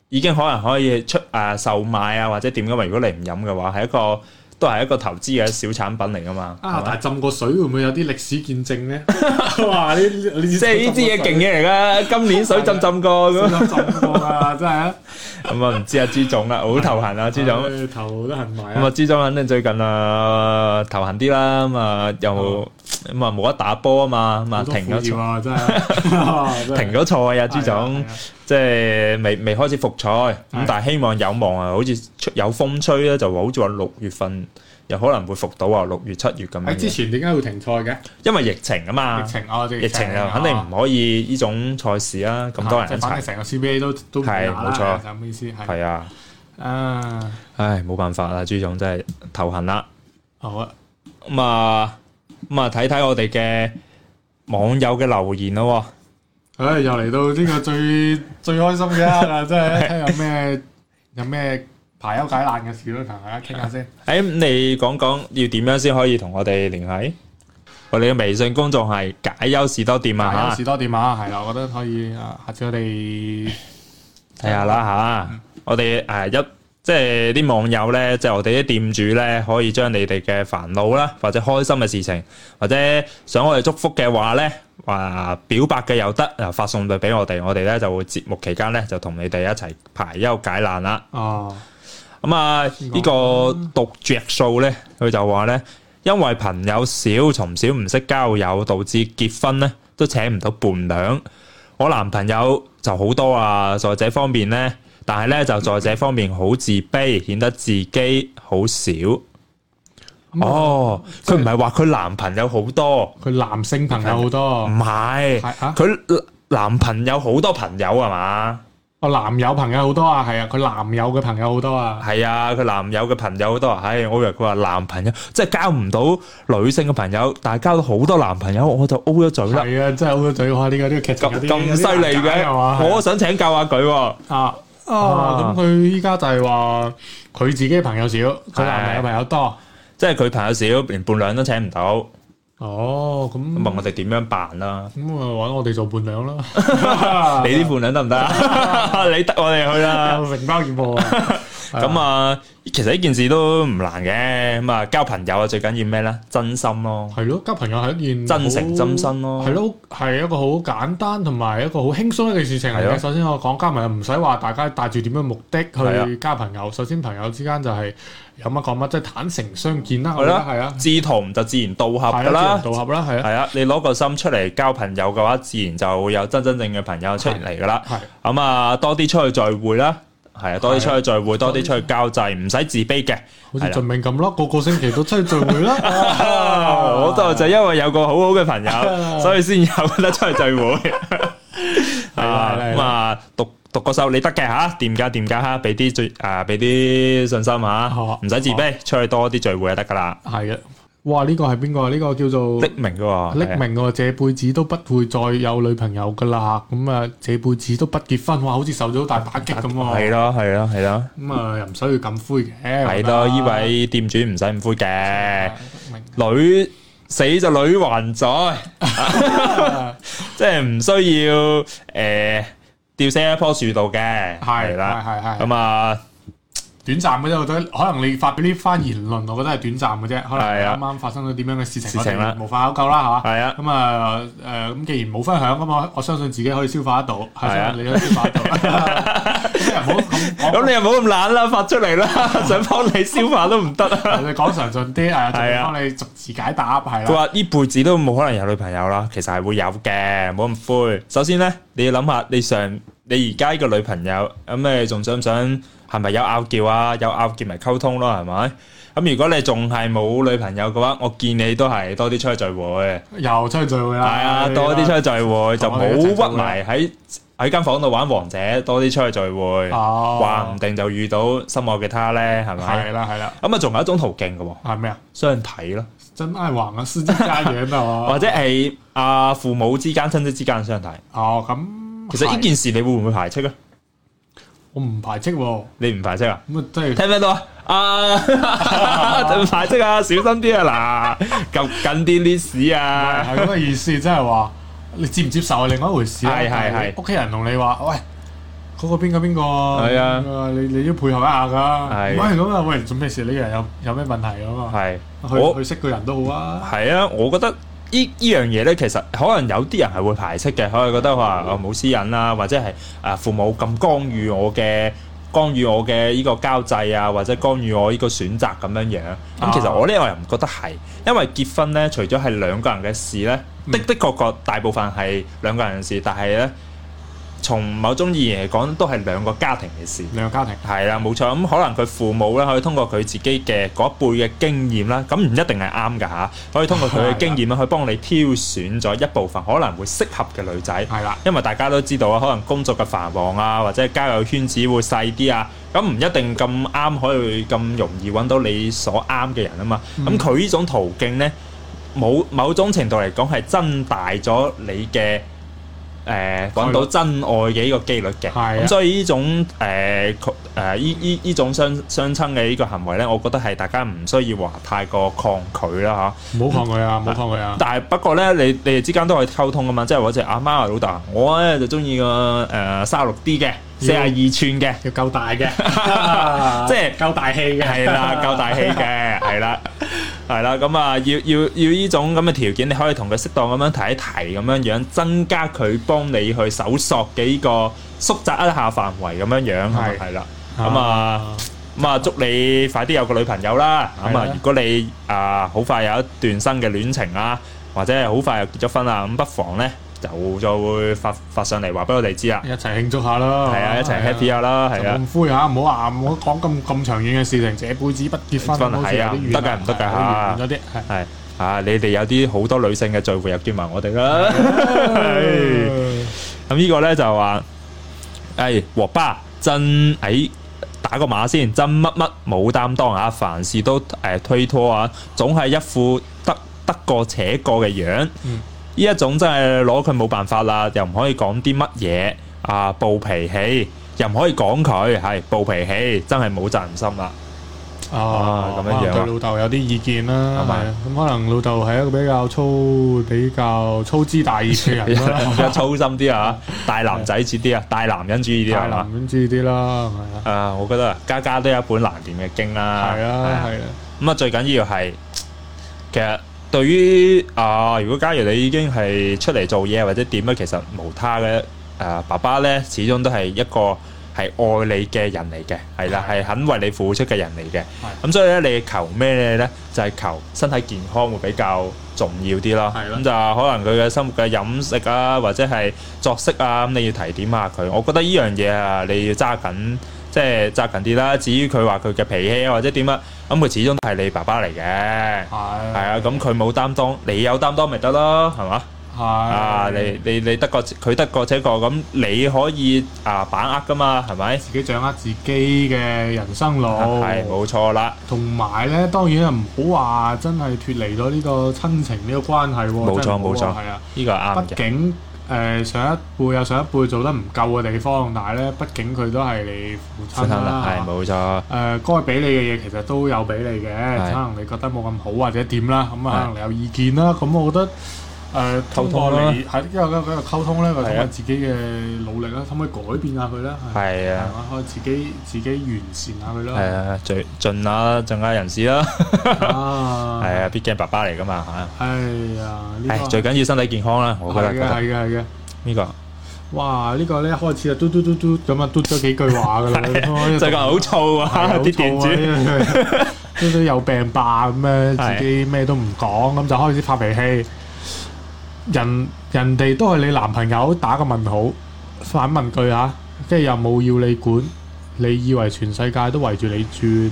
[SPEAKER 1] 已經可能可以出誒售賣啊，或者點噶嘛。如果你唔飲嘅話，係一個都係一個投資嘅小產品嚟噶嘛。
[SPEAKER 2] 啊
[SPEAKER 1] 係！嘛
[SPEAKER 2] 但係浸過水會唔會有啲歷史見證
[SPEAKER 1] [laughs]
[SPEAKER 2] 咧？哇！呢呢
[SPEAKER 1] 即
[SPEAKER 2] 即
[SPEAKER 1] 係呢支嘢勁嘢嚟噶，
[SPEAKER 2] [laughs]
[SPEAKER 1] 今年水浸浸過咁，
[SPEAKER 2] 浸過啊！真係
[SPEAKER 1] [laughs]
[SPEAKER 2] 啊，
[SPEAKER 1] 咁啊唔知阿朱總啦，好頭痕啊朱總。
[SPEAKER 2] 唉頭都痕埋
[SPEAKER 1] 咁啊，
[SPEAKER 2] 啊！
[SPEAKER 1] 之中肯定最近啊頭痕啲啦，咁啊又咁啊冇得打波啊嘛，咁啊
[SPEAKER 2] 好多
[SPEAKER 1] 停
[SPEAKER 2] 苦
[SPEAKER 1] 咗
[SPEAKER 2] 要
[SPEAKER 1] [laughs]
[SPEAKER 2] 啊！真係
[SPEAKER 1] 停咗賽啊，朱總
[SPEAKER 2] 係啊
[SPEAKER 1] 即係未未開始復賽，咁
[SPEAKER 2] 係
[SPEAKER 1] 但係希望有望啊，好似出有風吹咧，就好似話六月份有可能會復到啊，六月七月咁
[SPEAKER 2] 喺哎之
[SPEAKER 1] 樣，
[SPEAKER 2] 前點解會停賽嘅？
[SPEAKER 1] 因為疫情啊嘛
[SPEAKER 2] 疫，情啊，我哋
[SPEAKER 1] 疫情啊肯定唔可以呢種賽事啦，咁多人一
[SPEAKER 2] 即係反
[SPEAKER 1] 齊
[SPEAKER 2] 正，成個 CBA 都都唔打啦
[SPEAKER 1] 係冇錯
[SPEAKER 2] 係咁意思係。
[SPEAKER 1] 係啊，
[SPEAKER 2] 啊，
[SPEAKER 1] 唉冇辦法啦，朱總真係頭痕啦。
[SPEAKER 2] 好啊，
[SPEAKER 1] 咁啊，咁啊，睇睇我哋嘅網友嘅留言咯
[SPEAKER 2] 唉，又嚟到呢個最最開心嘅一刻啦，
[SPEAKER 1] [laughs]
[SPEAKER 2] 真係睇有咩有咩排憂解難嘅事都同大家傾下先。
[SPEAKER 1] 喎。哎誒，咁你講講要點樣先可以同我哋聯繫？我哋嘅微信公眾係解憂士多店
[SPEAKER 2] 啊，
[SPEAKER 1] 啊
[SPEAKER 2] 有士多店啊，係啦，我覺得可以啊，下次我哋
[SPEAKER 1] 嚇，睇下啦啊嚇。我哋誒一即係啲網友咧，即係我哋啲店主咧，可以將你哋嘅煩惱啦，或者開心嘅事情，或者想我哋祝福嘅話咧，話表白嘅又得，啊發送到俾我哋，我哋咧就會節目期間咧就同你哋一齊排憂解難啦。
[SPEAKER 2] 哦，
[SPEAKER 1] 咁啊，呢個讀着數咧，佢就話咧，因為朋友少，從小唔識交友，導致結婚咧都請唔到伴娘。我男朋友就好多啊，在這方面咧，但係咧就在這方面好自卑，顯得自己好少。
[SPEAKER 2] 咁啊
[SPEAKER 1] 哦，佢唔係話佢男朋友好多，唔
[SPEAKER 2] 佢男性朋友好多，
[SPEAKER 1] 嗯係
[SPEAKER 2] 係啊，
[SPEAKER 1] 佢男朋友好多朋友係嘛？
[SPEAKER 2] 我哦男友朋友好多啊，係啊，佢男友嘅朋友好多啊，
[SPEAKER 1] 係啊，佢男友嘅朋友好多，唉，我以為佢話男朋友，即係交唔到女性嘅朋友，但係交到好多男朋友，我就 O 咗嘴啦。
[SPEAKER 2] 係啊，真係好多嘴哇！呢個呢個劇情
[SPEAKER 1] 咁
[SPEAKER 2] 有啲
[SPEAKER 1] 咁犀利
[SPEAKER 2] 有啲難解
[SPEAKER 1] 嘅，
[SPEAKER 2] 係嘛
[SPEAKER 1] 我都想請教下佢喎。
[SPEAKER 2] 啊啊！咁佢依家就係話佢自己嘅朋友少，佢男朋友朋友多。
[SPEAKER 1] 即係佢朋友少，連伴娘都請唔到，
[SPEAKER 2] 哦，咁
[SPEAKER 1] 咁問啊我哋點樣辦啦？
[SPEAKER 2] 咁啊，揾我哋做伴娘啦。
[SPEAKER 1] [laughs] 你啲伴娘得唔得啊？ [laughs] 你得我哋去
[SPEAKER 2] [laughs]
[SPEAKER 1] 啦。
[SPEAKER 2] 有承包業務啊？
[SPEAKER 1] 咁
[SPEAKER 2] 啊，
[SPEAKER 1] 啊，其實呢件事都唔難嘅。咁啊，交朋友啊，最緊要咩咧？真心咯，
[SPEAKER 2] 係咯，交朋友係一件
[SPEAKER 1] 真誠
[SPEAKER 2] 好
[SPEAKER 1] 真心咯
[SPEAKER 2] 係咯，係一個好簡單同埋一個好輕鬆一件事情嚟
[SPEAKER 1] 係咯
[SPEAKER 2] 嘅。首先我講交朋友唔使話大家帶住點樣目的
[SPEAKER 1] 係啊
[SPEAKER 2] 去交朋友。首先朋友之間就係有乜講乜，即係坦誠相見啦。
[SPEAKER 1] 係啦
[SPEAKER 2] 係啊，
[SPEAKER 1] 志同就自然道合
[SPEAKER 2] 係
[SPEAKER 1] 噶
[SPEAKER 2] 啦，
[SPEAKER 1] 啦
[SPEAKER 2] 志。同道合啦，係
[SPEAKER 1] [laughs]
[SPEAKER 2] 啊，
[SPEAKER 1] 係啊，你攞個心出嚟交朋友嘅話，自然就會有真真正嘅朋友出嚟噶啦。
[SPEAKER 2] 係。
[SPEAKER 1] 咁啊，多啲出去聚會啦，係啊，多啲出去聚會，多啲
[SPEAKER 2] 啲
[SPEAKER 1] 出去交際，唔使自卑
[SPEAKER 2] [laughs]
[SPEAKER 1] 嘅。
[SPEAKER 2] 好似
[SPEAKER 1] 係啦
[SPEAKER 2] 盡命咁咯，個個星期都出去聚會啦。
[SPEAKER 1] [laughs] 啊我就就因為有個好好嘅朋友，
[SPEAKER 2] [laughs] 啊
[SPEAKER 1] 所以先有得出去聚會。
[SPEAKER 2] 啦
[SPEAKER 1] 啊，
[SPEAKER 2] [laughs] 係啦
[SPEAKER 1] 咁啊，讀讀個手你得嘅吓，掂㗎掂㗎吓，俾啲最啊，俾啲信心吓，
[SPEAKER 2] 好
[SPEAKER 1] 唔使自卑，出去多啲聚會就得噶啦。
[SPEAKER 2] 係嘅，哇！呢個係邊個啊？呢個叫做
[SPEAKER 1] 匿名嘅喎，
[SPEAKER 2] 匿名喎，這輩子都不會再有女朋友噶啦。咁啊，這輩子都不結婚，哇！好似受咗好大打擊咁喎。
[SPEAKER 1] 係咯係咯係咯，
[SPEAKER 2] 咁啊，又唔需要咁灰嘅。
[SPEAKER 1] 係
[SPEAKER 2] 係
[SPEAKER 1] [laughs] 咯，呢位店主唔使咁灰嘅。
[SPEAKER 2] 明
[SPEAKER 1] 女死就女還 [laughs] 在，即係唔需要诶、呃吊死喺一棵樹度嘅，
[SPEAKER 2] 係
[SPEAKER 1] 係啦，
[SPEAKER 2] 係係係
[SPEAKER 1] 咁啊，
[SPEAKER 2] 短暫嘅啫，我覺得可能你發表呢番言論，我覺得係短暫嘅啫，可能
[SPEAKER 1] 係啊
[SPEAKER 2] 啱啱發生咗點樣嘅事情，
[SPEAKER 1] 事情啦
[SPEAKER 2] 我哋無法考究啦，係嘛？
[SPEAKER 1] 係啊
[SPEAKER 2] 咁啊誒咁，既然冇分享咁，我我相信自己可以消化得到，
[SPEAKER 1] 係
[SPEAKER 2] 係
[SPEAKER 1] 啊
[SPEAKER 2] 相信你可以消
[SPEAKER 1] [laughs]
[SPEAKER 2] 化得到。咁又唔好咁講
[SPEAKER 1] 咁你又唔好咁懶啦，發出嚟 [laughs] 啦，想幫你消化都唔得啊！
[SPEAKER 2] 你講詳盡啲
[SPEAKER 1] 係
[SPEAKER 2] 誒，
[SPEAKER 1] 啊
[SPEAKER 2] 仲幫你逐字解答係
[SPEAKER 1] 佢
[SPEAKER 2] 啦。
[SPEAKER 1] 話呢輩子都冇可能有女朋友啦，其實係會有嘅，冇咁灰。首先呢，你要諗下，你上你而家呢個女朋友咁，你仲想唔想係咪有拗撬啊？有拗撬咪溝通咯，係咪？咁如果你仲係冇女朋友嘅話，我建議你都係多啲出去聚會，
[SPEAKER 2] 又出去聚會
[SPEAKER 1] 係
[SPEAKER 2] 啦，
[SPEAKER 1] 啊，多啲出去聚會，就唔好屈埋喺喺間房度玩王者，多啲出去聚會，
[SPEAKER 2] 哦
[SPEAKER 1] 話唔定就遇到心愛嘅他呢，係咪？
[SPEAKER 2] 係啦係啦，
[SPEAKER 1] 咁啊，仲有一種途徑嘅喎，
[SPEAKER 2] 係咩啊？
[SPEAKER 1] 相睇咯。
[SPEAKER 2] 真愛王啊，私之家園
[SPEAKER 1] [laughs]
[SPEAKER 2] 啊
[SPEAKER 1] 或者係啊父母之間、親戚之間嘅相睇。
[SPEAKER 2] 哦咁，
[SPEAKER 1] 其實呢件事你會唔會排斥啊？
[SPEAKER 2] 我唔排斥喎，
[SPEAKER 1] 你唔排斥啊？
[SPEAKER 2] 咁啊真係
[SPEAKER 1] [laughs] 聽唔聽到啊？啊， [laughs] 排斥啊，小心啲啊嗱，及緊啲 list 啊，
[SPEAKER 2] 係咁嘅意思，真係話你接唔接受係另外一回事啦。
[SPEAKER 1] 係係係
[SPEAKER 2] 屋企人同你話喂。嗰個邊個邊個？
[SPEAKER 1] 係啊
[SPEAKER 2] 邊個，你你要配合一下㗎。
[SPEAKER 1] 係
[SPEAKER 2] 唔係咁啊！喂，做咩事？呢個人有有咩問題啊
[SPEAKER 1] [laughs]
[SPEAKER 2] 嘛？
[SPEAKER 1] 係
[SPEAKER 2] 去
[SPEAKER 1] 我
[SPEAKER 2] 去識個人都好啊。
[SPEAKER 1] 係啊，我覺得。呢依樣嘢咧，其實可能有啲人係會排斥嘅，可能覺得話我冇私隱啦，或者係啊父母咁干預我嘅干預我嘅呢個交際啊，或者干預我呢個選擇咁樣樣。咁其實
[SPEAKER 2] 啊
[SPEAKER 1] 我呢，我又唔覺得係，因為結婚咧，除咗係兩個人嘅事咧，
[SPEAKER 2] 嗯
[SPEAKER 1] 的的確確大部分係兩個人嘅事，但係咧，從某種意義嚟講，都係兩個家庭嘅事。
[SPEAKER 2] 兩個家庭
[SPEAKER 1] [laughs] 係啦，冇錯。咁可能佢父母咧，可以通過佢自己嘅嗰一輩嘅經驗啦，咁唔一定係啱㗎吓，可以通過佢嘅經驗啦，去幫你挑選咗一部分可能會適合嘅女仔。
[SPEAKER 2] 係啦。
[SPEAKER 1] 因為大家都知道啊，可能工作嘅繁忙啊，或者交友圈子會細啲啊，咁唔一定咁啱可以咁容易揾到你所啱嘅人啊嘛。
[SPEAKER 2] 嗯
[SPEAKER 1] 咁佢呢種途徑呢，冇某種程度嚟講係增大咗你嘅誒揾到真愛嘅呢個機率嘅。
[SPEAKER 2] 係啊
[SPEAKER 1] 咁所以呢種誒佢誒依依依種相相親嘅呢個行為呢，我覺得係大家唔需要話太過抗拒啦嚇。
[SPEAKER 2] 唔好抗拒啊！唔好抗拒啊！
[SPEAKER 1] 但係不過咧，你你哋之間都可以溝通噶嘛，即係或者阿媽啊老豆啊，我咧就中意個誒三十六 D 嘅，四廿二寸嘅，
[SPEAKER 2] 要夠 [laughs] 大嘅，
[SPEAKER 1] 即係
[SPEAKER 2] 夠大氣嘅，
[SPEAKER 1] 係啦，夠大氣嘅，係啦，係啦，咁啊，要要要呢種咁嘅條件，你可以同佢適當咁樣提一提，咁樣樣增加佢幫你去搜索嘅呢個縮窄一下範圍咁樣樣，
[SPEAKER 2] 係
[SPEAKER 1] 係啦，咁啊。咁啊，祝你快啲有個女朋友啦！
[SPEAKER 2] 係
[SPEAKER 1] 咁啊
[SPEAKER 2] 啦，
[SPEAKER 1] 如果你啊好快有一段新嘅戀情啊，或者係好快又結咗婚啊，咁不妨咧就再會發發上嚟話俾我哋知啊！
[SPEAKER 2] 一齊慶祝下啦，
[SPEAKER 1] 係啊，一齊 happy 下啦，係
[SPEAKER 2] 就
[SPEAKER 1] 啊，
[SPEAKER 2] 咁灰嚇，唔好話唔好講咁咁長遠嘅事情，這輩子不結婚，
[SPEAKER 1] 結婚
[SPEAKER 2] 好似有啲
[SPEAKER 1] 係啊唔
[SPEAKER 2] 遠
[SPEAKER 1] 得㗎唔得㗎
[SPEAKER 2] 係
[SPEAKER 1] 嚇
[SPEAKER 2] 有啲遠咗
[SPEAKER 1] 係啊，你哋有啲好多女性嘅聚會又叫埋我哋啦。係
[SPEAKER 2] 啲係。
[SPEAKER 1] 咁呢個咧就話，誒和巴真誒打個碼先，真乜乜冇擔當啊，凡事都誒、推拖啊，總係一副得得過且過嘅樣。呢、
[SPEAKER 2] 嗯
[SPEAKER 1] 一種真係攞佢冇辦法啦，又唔可以講啲乜嘢啊，暴脾氣又唔可以講佢係暴脾氣，真係冇責任心啦。
[SPEAKER 2] 哦，
[SPEAKER 1] 咁樣樣啊
[SPEAKER 2] 可能對老豆有啲意見啦，
[SPEAKER 1] 係
[SPEAKER 2] 係
[SPEAKER 1] 咪
[SPEAKER 2] 啊咁可能老豆係一個比較粗、比較粗枝大
[SPEAKER 1] [laughs]
[SPEAKER 2] 葉嘅
[SPEAKER 1] 比
[SPEAKER 2] 人啦，
[SPEAKER 1] 較粗心啲啊，大男仔主義啲啊，大男人主義啲
[SPEAKER 2] 大
[SPEAKER 1] 啊係嘛
[SPEAKER 2] 男。人主義啲啦，係啊，
[SPEAKER 1] 誒、我覺得家家都有一本難念嘅經啦。
[SPEAKER 2] 係啊，係啊，
[SPEAKER 1] 咁啊，最緊要係其實對於啊、如果假如你已經係出嚟做嘢或者點咧，其實無他嘅誒、啊爸爸咧，始終都係一個係愛你嘅人嚟嘅，係啦，係肯為你付出嘅人嚟嘅。咁所以咧，你求咩咧？就係、求身體健康會比較重要啲咯。
[SPEAKER 2] 係啦
[SPEAKER 1] 咁就可能佢嘅生活嘅飲食啊，或者係作息啊，咁你要提點下佢。我覺得呢樣嘢啊，你要揸緊，即係揸緊啲啦。至於佢話佢嘅脾氣啊，或者點啊，咁佢始終都係你爸爸嚟嘅。係
[SPEAKER 2] 係
[SPEAKER 1] 啊，咁佢冇擔當，你有擔當咪得咯，係嘛？
[SPEAKER 2] 係
[SPEAKER 1] 啊，你你你得過佢得過且過，咁你可以啊把握噶嘛，係咪？
[SPEAKER 2] 自己掌握自己嘅人生路，
[SPEAKER 1] 係冇錯啦。
[SPEAKER 2] 同埋咧，當然唔好話真係脱離咗呢個親情呢個關係喎。
[SPEAKER 1] 冇錯
[SPEAKER 2] 真係唔好
[SPEAKER 1] 冇錯
[SPEAKER 2] 喎係啊，
[SPEAKER 1] 呢個係啱
[SPEAKER 2] 畢
[SPEAKER 1] 嘅。
[SPEAKER 2] 竟誒、呃上一輩有上一輩做得唔夠嘅地方，但係咧，畢竟佢都係你父
[SPEAKER 1] 真
[SPEAKER 2] 親
[SPEAKER 1] 係啦，
[SPEAKER 2] 啦
[SPEAKER 1] 係。冇錯。
[SPEAKER 2] 誒、該俾你嘅嘢其實都有俾你嘅，可能你覺得冇咁好或者點啦，咁啊可能你有意見啦，咁我覺得誒通
[SPEAKER 1] 溝
[SPEAKER 2] 過
[SPEAKER 1] 通啦
[SPEAKER 2] 你係一個一個一個溝通咧，或者通
[SPEAKER 1] 係啊
[SPEAKER 2] 過自己嘅努力啦，可唔可以改變下佢咧？係
[SPEAKER 1] 係啊
[SPEAKER 2] 係嘛可以自己自己完善下佢
[SPEAKER 1] 系
[SPEAKER 2] 啦。
[SPEAKER 1] 啊，最盡啦，盡下人事啦，
[SPEAKER 2] 啊，
[SPEAKER 1] 係啊，畢竟係爸爸嚟噶嘛吓，
[SPEAKER 2] 哎呀，呢個
[SPEAKER 1] 唉，最緊要身體健康啦，我覺得
[SPEAKER 2] 係
[SPEAKER 1] 覺
[SPEAKER 2] 嘅
[SPEAKER 1] 得
[SPEAKER 2] 係嘅係嘅。
[SPEAKER 1] 呢個
[SPEAKER 2] 哇！呢個咧開始就嘟嘟嘟嘟咁啊，嘟咗幾句
[SPEAKER 1] [laughs]
[SPEAKER 2] 話噶啦，
[SPEAKER 1] 啊最近好燥啊，啲店主。
[SPEAKER 2] 主都 [laughs] 都有病吧咁
[SPEAKER 1] 係
[SPEAKER 2] 樣，自己咩都唔講，咁就開始發脾氣。人人哋都係你男朋友，打個問號，反問句嚇，跟住又冇要你管，你以為全世界都圍住你轉，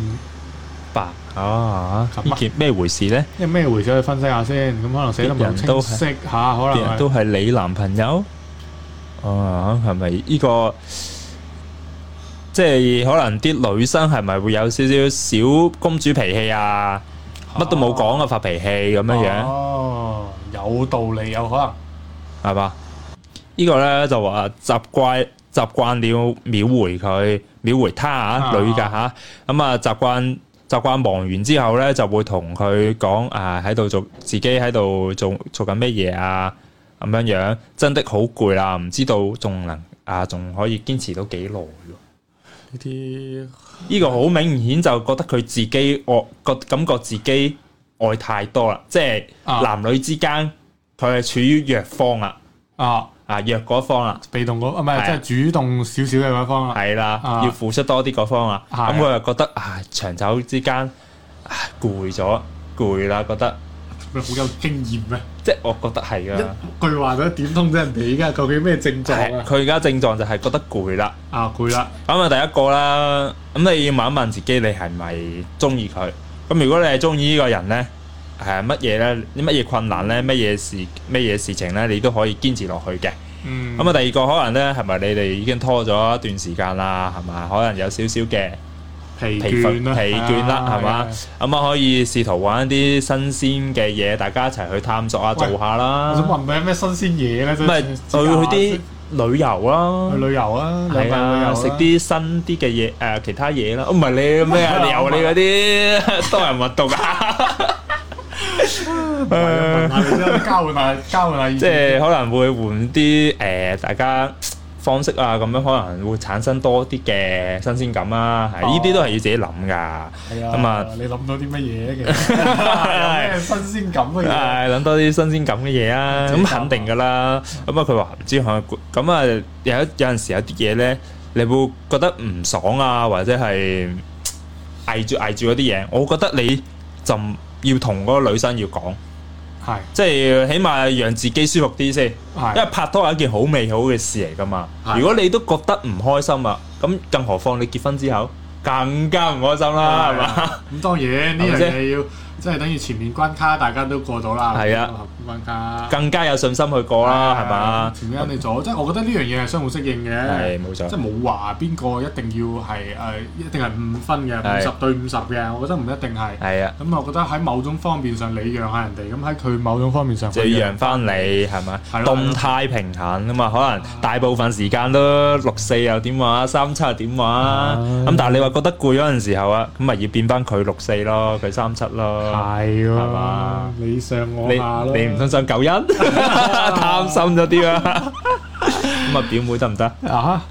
[SPEAKER 1] 白啊！
[SPEAKER 2] 咁啊
[SPEAKER 1] 呢件咩回事呢？
[SPEAKER 2] 因為咩回事去分析下先，咁可能寫得唔係好
[SPEAKER 1] 別人都
[SPEAKER 2] 清
[SPEAKER 1] 係
[SPEAKER 2] 晰嚇，可
[SPEAKER 1] 別
[SPEAKER 2] 能
[SPEAKER 1] 人
[SPEAKER 2] 係
[SPEAKER 1] 都係你男朋友啊？係咪呢個？即係可能啲女生係咪會有少少小公主脾氣啊？乜都冇講啊，發脾氣咁樣樣
[SPEAKER 2] 哦，有道理，有可能。
[SPEAKER 1] 係嘛？呢個呢就話習慣習慣了秒回佢，秒回他啊，
[SPEAKER 2] 啊
[SPEAKER 1] 女㗎吓咁啊習慣。習慣忙完之後呢，就會同佢講啊，喺度做自己喺度做做緊咩嘢啊，咁樣樣真的好攰啦，唔知道仲能啊，仲可以堅持到幾耐喎？
[SPEAKER 2] 呢啲
[SPEAKER 1] 呢個好明顯就覺得佢自己愛覺感覺自己愛太多啦，即係
[SPEAKER 2] 啊
[SPEAKER 1] 男女之間佢係處於弱方啊，
[SPEAKER 2] 啊，
[SPEAKER 1] 啊弱嗰方啦，
[SPEAKER 2] 被動嗰啊，唔
[SPEAKER 1] 係啊
[SPEAKER 2] 係即係主動少少嘅嗰一方啦。
[SPEAKER 1] 係啦，
[SPEAKER 2] 啊
[SPEAKER 1] 要付出多啲嗰方啦，
[SPEAKER 2] 係
[SPEAKER 1] 咁佢就覺得啊長走之間啊攰咗攰啦，覺得
[SPEAKER 2] 佢好有經驗咩？
[SPEAKER 1] 即係我覺得係噶，
[SPEAKER 2] 一句話都點通啫？人哋而家究竟咩症狀
[SPEAKER 1] 係
[SPEAKER 2] 啊？
[SPEAKER 1] 佢而家症狀就係覺得攰啦。
[SPEAKER 2] 啊，攰啦，
[SPEAKER 1] 咁啊，第一個啦，咁你要問一問自己，你係咪中意佢？咁如果你係中意呢個人呢，係乜嘢呢？啲乜嘢困難呢？乜嘢事乜嘢事情呢？你都可以堅持落去嘅。
[SPEAKER 2] 嗯，
[SPEAKER 1] 咁啊，第二個可能呢，係咪你哋已經拖咗一段時間啦？係嘛，可能有少少嘅
[SPEAKER 2] 疲
[SPEAKER 1] 疲乏
[SPEAKER 2] 倦啦，
[SPEAKER 1] 疲倦啦，係嘛
[SPEAKER 2] 啊？
[SPEAKER 1] 咁啊，可以試圖玩一啲新鮮嘅嘢，大家一齊去探索下，啊
[SPEAKER 2] 喂
[SPEAKER 1] 做下啦
[SPEAKER 2] 我。想問佢有咩新鮮嘢咧？
[SPEAKER 1] 咪去啲旅遊啦。
[SPEAKER 2] 去旅遊啊，兩
[SPEAKER 1] 係
[SPEAKER 2] 份旅遊
[SPEAKER 1] 啊，
[SPEAKER 2] 啦
[SPEAKER 1] 食啲新啲嘅嘢，誒、其他嘢啦。哦唔係
[SPEAKER 2] [laughs]
[SPEAKER 1] 你咩啊？有你嗰啲多人密度啊，
[SPEAKER 2] 唔係啊問下你啫交換下交換下意
[SPEAKER 1] 即
[SPEAKER 2] 見。
[SPEAKER 1] 係可能會換啲誒、大家方式啊，咁樣可能會產生多啲嘅新鮮感啊。係呢啲都係要自己諗㗎。
[SPEAKER 2] 係啊，
[SPEAKER 1] 咁啊
[SPEAKER 2] 你諗到啲乜嘢嘅？有咩新鮮感
[SPEAKER 1] [laughs]
[SPEAKER 2] 嘅嘢？
[SPEAKER 1] 係諗多啲新鮮感嘅嘢啊，
[SPEAKER 2] 自己
[SPEAKER 1] 咁
[SPEAKER 2] 諗啊
[SPEAKER 1] 肯定噶啦。咁啊，佢話唔知佢咁啊，有有陣時有啲嘢咧，你會覺得唔爽啊，或者係捱住捱住嗰啲嘢，我覺得你就要同嗰個女生要講，
[SPEAKER 2] 係
[SPEAKER 1] 即係起碼讓自己舒服啲先。因為
[SPEAKER 2] 係
[SPEAKER 1] 拍拖係一件好美好嘅事嚟噶嘛。
[SPEAKER 2] 係
[SPEAKER 1] 如果你都覺得唔開心啊，咁更何況你結婚之後更加唔開心啦，係嘛？？
[SPEAKER 2] 咁當然呢
[SPEAKER 1] 係咪
[SPEAKER 2] 樣
[SPEAKER 1] 先
[SPEAKER 2] 嘢要即係等於前面關卡，大家都過到啦。
[SPEAKER 1] 係啊，
[SPEAKER 2] 關卡。
[SPEAKER 1] [laughs] 更加有信心去過啦，係嘛？
[SPEAKER 2] 前面你做，即係我覺得呢樣嘢係相互適應嘅
[SPEAKER 1] 係，冇錯
[SPEAKER 2] 即係。冇話邊個一定要係誒、一定係五分嘅，
[SPEAKER 1] 係
[SPEAKER 2] 五十對五十嘅，我覺得唔一定係。
[SPEAKER 1] 係啊。
[SPEAKER 2] 咁我覺得喺某種方面上你讓下人哋，咁喺佢某種方面上
[SPEAKER 1] 就
[SPEAKER 2] 佢
[SPEAKER 1] 要讓翻你係咪？
[SPEAKER 2] 係咯
[SPEAKER 1] 動態平衡啊嘛，可能大部分時間都六四又點玩，三七又點
[SPEAKER 2] 啊
[SPEAKER 1] 玩。咁但係你話覺得攰嗰陣時候啊，咁咪要變翻佢六四咯，佢三七咯。
[SPEAKER 2] 係
[SPEAKER 1] 係
[SPEAKER 2] 喎
[SPEAKER 1] 嘛，
[SPEAKER 2] 你上
[SPEAKER 1] 你
[SPEAKER 2] 我下咯，
[SPEAKER 1] 你唔通想九
[SPEAKER 2] [laughs]
[SPEAKER 1] 一貪心咗啲啊？咁啊表妹得唔得？
[SPEAKER 2] 啊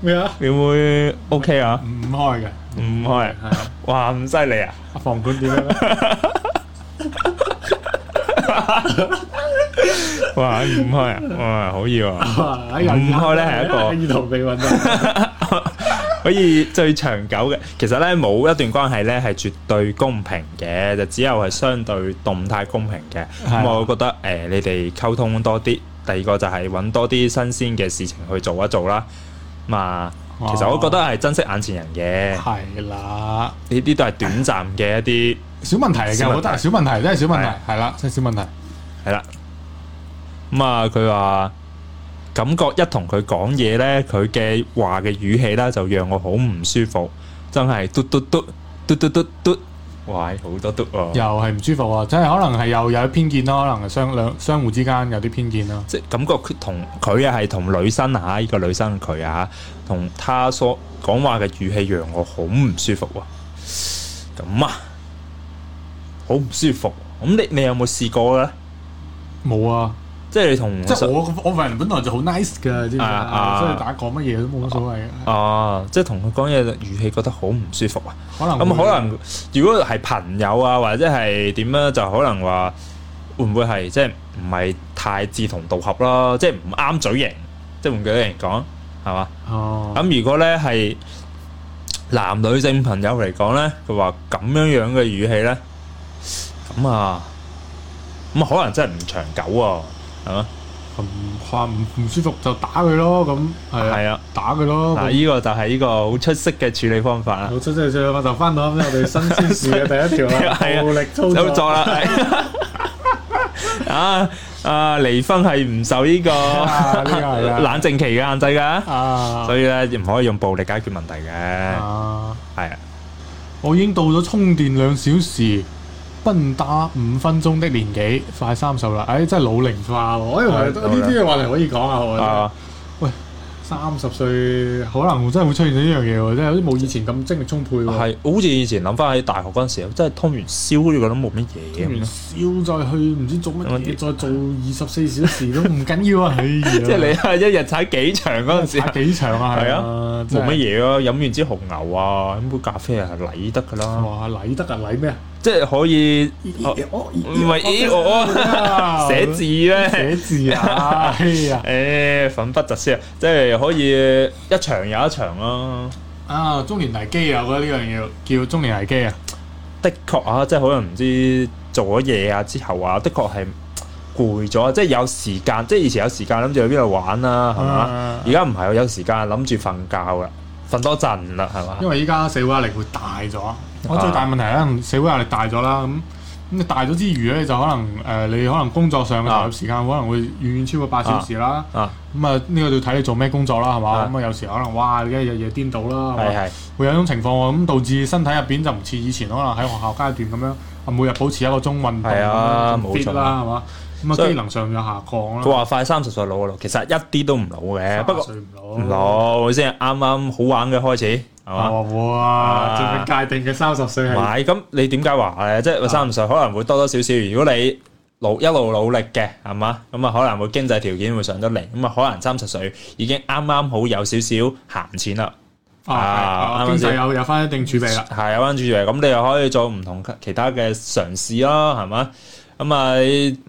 [SPEAKER 2] 咩啊？
[SPEAKER 1] 表妹 OK 啊？
[SPEAKER 2] 唔開嘅，
[SPEAKER 1] [laughs] 唔開
[SPEAKER 2] 係啊，
[SPEAKER 1] 哇咁犀利啊！
[SPEAKER 2] 房管點樣咧？
[SPEAKER 1] 哇唔開啊！哇好要啊！
[SPEAKER 2] 哎呀
[SPEAKER 1] 唔開呢係一個
[SPEAKER 2] 兒童被運動，
[SPEAKER 1] 可以最長久嘅，其實咧冇一段關係咧係絕對公平嘅，就只有係相對動態公平嘅。
[SPEAKER 2] 係啊
[SPEAKER 1] 咁我覺得誒、呃你哋溝通多啲。第二個就係揾多啲新鮮嘅事情去做一做啦。咁啊，其實我覺得係珍惜眼前人嘅，
[SPEAKER 2] 係啦。
[SPEAKER 1] 呢啲都係短暫嘅一啲
[SPEAKER 2] 小問題嚟
[SPEAKER 1] 小問
[SPEAKER 2] 嘅，
[SPEAKER 1] 題
[SPEAKER 2] 我覺得係小問題，真係小問
[SPEAKER 1] 係啊
[SPEAKER 2] 題，係啦，真係小問題。
[SPEAKER 1] 係啦。咁啊，佢話感覺一同佢講嘢呢，佢嘅話嘅語氣啦，就讓我好唔舒服，真係嘟嘟嘟嘟嘟嘟嘟，哇，好多嘟
[SPEAKER 2] 又
[SPEAKER 1] 喎、
[SPEAKER 2] 係唔舒服啊！真係可能係又有偏見啦，可能係相兩相互之間有啲偏見啦。
[SPEAKER 1] 即係感覺佢同佢啊，係同女生啊，呢、個女生佢啊，同他所講話嘅語氣讓我好唔舒服喎、咁啊，好唔舒服。咁你你有冇試過呢？
[SPEAKER 2] 冇啊，
[SPEAKER 1] 即係你同
[SPEAKER 2] 即係我我份人本來就好 nice 嘅，知唔知
[SPEAKER 1] 啊啊
[SPEAKER 2] 啊？即係打講乜嘢都冇乜所謂嘅，
[SPEAKER 1] 哦，即係同佢講嘢語氣覺得好唔舒服啊。
[SPEAKER 2] 可能
[SPEAKER 1] 咁
[SPEAKER 2] 會
[SPEAKER 1] 可能如果係朋友啊，或者係點樣，就可能話會唔會係即係唔係太志同道合咯，即係唔啱嘴型，即係換句嚟講，係嘛？
[SPEAKER 2] 哦，
[SPEAKER 1] 咁如果咧係男女性朋友嚟講咧，佢話咁樣樣嘅語氣咧，咁啊，咁啊可能真係唔長久喎，係嘛？
[SPEAKER 2] 咁話唔唔舒服就打佢咯，咁係啊，
[SPEAKER 1] 係啊，
[SPEAKER 2] 打佢咯。
[SPEAKER 1] 嗱，
[SPEAKER 2] 咁
[SPEAKER 1] 呢個就係呢個好出色嘅處理方法啦。
[SPEAKER 2] 好出真係最後就翻到我哋新鮮事嘅第一條啦，
[SPEAKER 1] [laughs] 係啊
[SPEAKER 2] 暴力操
[SPEAKER 1] 有
[SPEAKER 2] 作
[SPEAKER 1] 作啦，
[SPEAKER 2] [laughs]
[SPEAKER 1] 係啊啊！離婚係唔受呢個
[SPEAKER 2] 啊呢個係啊
[SPEAKER 1] 冷靜期嘅限制㗎，
[SPEAKER 2] 啊
[SPEAKER 1] 所以咧唔可以用暴力解決問題嘅，
[SPEAKER 2] 啊！
[SPEAKER 1] 係啊，
[SPEAKER 2] 我已經到咗充電兩小時，奔打五分鐘的年紀，快三十啦！唉、真係老齡化喎。哎我以為
[SPEAKER 1] 係老齡
[SPEAKER 2] 呢啲嘅話題可以講下我覺得
[SPEAKER 1] 啊
[SPEAKER 2] 三十歲可能真係會出現咗呢樣嘢喎，真係好似冇以前咁精力充沛喎。
[SPEAKER 1] 係好似以前諗翻喺大學嗰陣時，真係通完宵都覺得冇乜嘢
[SPEAKER 2] 完
[SPEAKER 1] 咁，
[SPEAKER 2] 燒再去唔知做乜
[SPEAKER 1] 啊我
[SPEAKER 2] 嘢，
[SPEAKER 1] 啲
[SPEAKER 2] 再做二十四小時都唔緊
[SPEAKER 1] [laughs]
[SPEAKER 2] 要啊！唉呀
[SPEAKER 1] 即係你 [laughs] 係一日踩幾場嗰陣時
[SPEAKER 2] 打。幾場啊？
[SPEAKER 1] 係
[SPEAKER 2] [laughs] 係
[SPEAKER 1] 啊
[SPEAKER 2] 啊，
[SPEAKER 1] 冇乜
[SPEAKER 2] 嘢。
[SPEAKER 1] 嘢咯，飲完支紅牛啊，飲杯咖啡啊，禮得噶啦，
[SPEAKER 2] 哇！禮得啊，禮咩啊？哦
[SPEAKER 1] 即係可哦以
[SPEAKER 2] 我
[SPEAKER 1] 唔係咦
[SPEAKER 2] [laughs]
[SPEAKER 1] 我寫字咧，
[SPEAKER 2] 啊寫字啊！哎呀
[SPEAKER 1] 誒粉筆疾先啊，即係可以一場有一場咯。
[SPEAKER 2] 啊！中年危機啊，我覺得呢樣嘢叫中年危機啊！
[SPEAKER 1] 的確啊，即係可能唔知做咗嘢啊之後啊，的確係攰咗，啊即係有時間，即係以前有時間諗住去邊度玩啦，係嘛？
[SPEAKER 2] 啊
[SPEAKER 1] 而家唔係，有時間諗住瞓覺啦，瞓多陣啦，係嘛啊
[SPEAKER 2] 因？為依家社會壓力會大咗，啊我最大問題咧，社會壓力大咗啦，咁咁你大咗之餘咧，就可能誒、呃你可能工作上嘅投入時間可能會遠遠超過八小時啦。
[SPEAKER 1] 啊，
[SPEAKER 2] 咁啊，呢個要睇你做咩工作啦，係嘛？
[SPEAKER 1] 啊
[SPEAKER 2] 咁啊，有時可能哇，你一日夜顛倒
[SPEAKER 1] 係
[SPEAKER 2] 啦，係嘛
[SPEAKER 1] 係
[SPEAKER 2] 會有種情況喎，咁導致身體入邊就唔似以前可能喺學校階段咁樣，啊每日保持一個鐘運動
[SPEAKER 1] 係啊冇
[SPEAKER 2] fit
[SPEAKER 1] 錯
[SPEAKER 2] 啦，係嘛？咁啊，
[SPEAKER 1] 所以
[SPEAKER 2] 機能上有下降啦。
[SPEAKER 1] 佢話快三十歲老咯，其實一啲都唔老嘅，不
[SPEAKER 2] 過
[SPEAKER 1] 過
[SPEAKER 2] 歲唔老，
[SPEAKER 1] 唔老先係啱啱好玩嘅開始，係嘛？
[SPEAKER 2] 哦哇！
[SPEAKER 1] 啊
[SPEAKER 2] 最界定嘅三十歲
[SPEAKER 1] 唔
[SPEAKER 2] 係啊
[SPEAKER 1] 係，咁你點解話咧？即係三十歲可能會多多少少。如果你努一路努力嘅，係嘛？咁啊，可能會經濟條件會上得嚟。咁啊，可能三十歲已經啱啱好有少少閒錢啦，啊啱
[SPEAKER 2] 啊，
[SPEAKER 1] 啱
[SPEAKER 2] 經濟
[SPEAKER 1] 先
[SPEAKER 2] 有有翻一定儲備啦。
[SPEAKER 1] 係啊有關注嘅。咁你又可以做唔同其他嘅嘗試啦，係嘛？咁啊，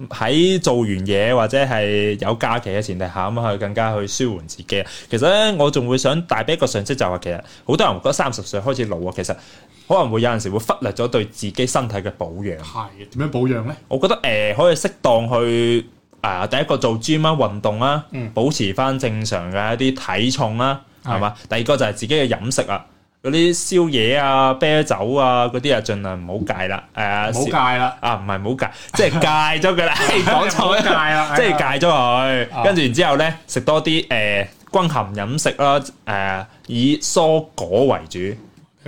[SPEAKER 1] 喺做完嘢或者係有假期嘅前提下，咁啊去更加去舒緩自己。其實咧，我仲會想帶俾一個信息，就係話其實好多人覺得三十歲開始老啊，其實可能會有陣時會忽略咗對自己身體嘅保養。
[SPEAKER 2] 係點樣保養咧？
[SPEAKER 1] 我覺得誒、呃可以適當去啊、第一個做 gym 啦、運動啦，
[SPEAKER 2] 嗯
[SPEAKER 1] 保持翻正常嘅一啲體重啦，
[SPEAKER 2] 係
[SPEAKER 1] 係嘛？第二個就係自己嘅飲食啊，嗰啲宵夜啊、啤酒啊嗰啲啊，盡量唔好戒啦。誒、
[SPEAKER 2] 唔好戒啦，
[SPEAKER 1] 啊，唔係唔好戒， [laughs] 即係戒咗佢
[SPEAKER 2] [laughs]
[SPEAKER 1] 啦，講
[SPEAKER 2] 唔好
[SPEAKER 1] 錯
[SPEAKER 2] 戒
[SPEAKER 1] 啦，[laughs]
[SPEAKER 2] 啦，
[SPEAKER 1] 即係戒咗佢，
[SPEAKER 2] 啊
[SPEAKER 1] 跟住然之後咧食多啲誒、呃均衡飲食啦，誒、以蔬果為主。
[SPEAKER 2] 戒。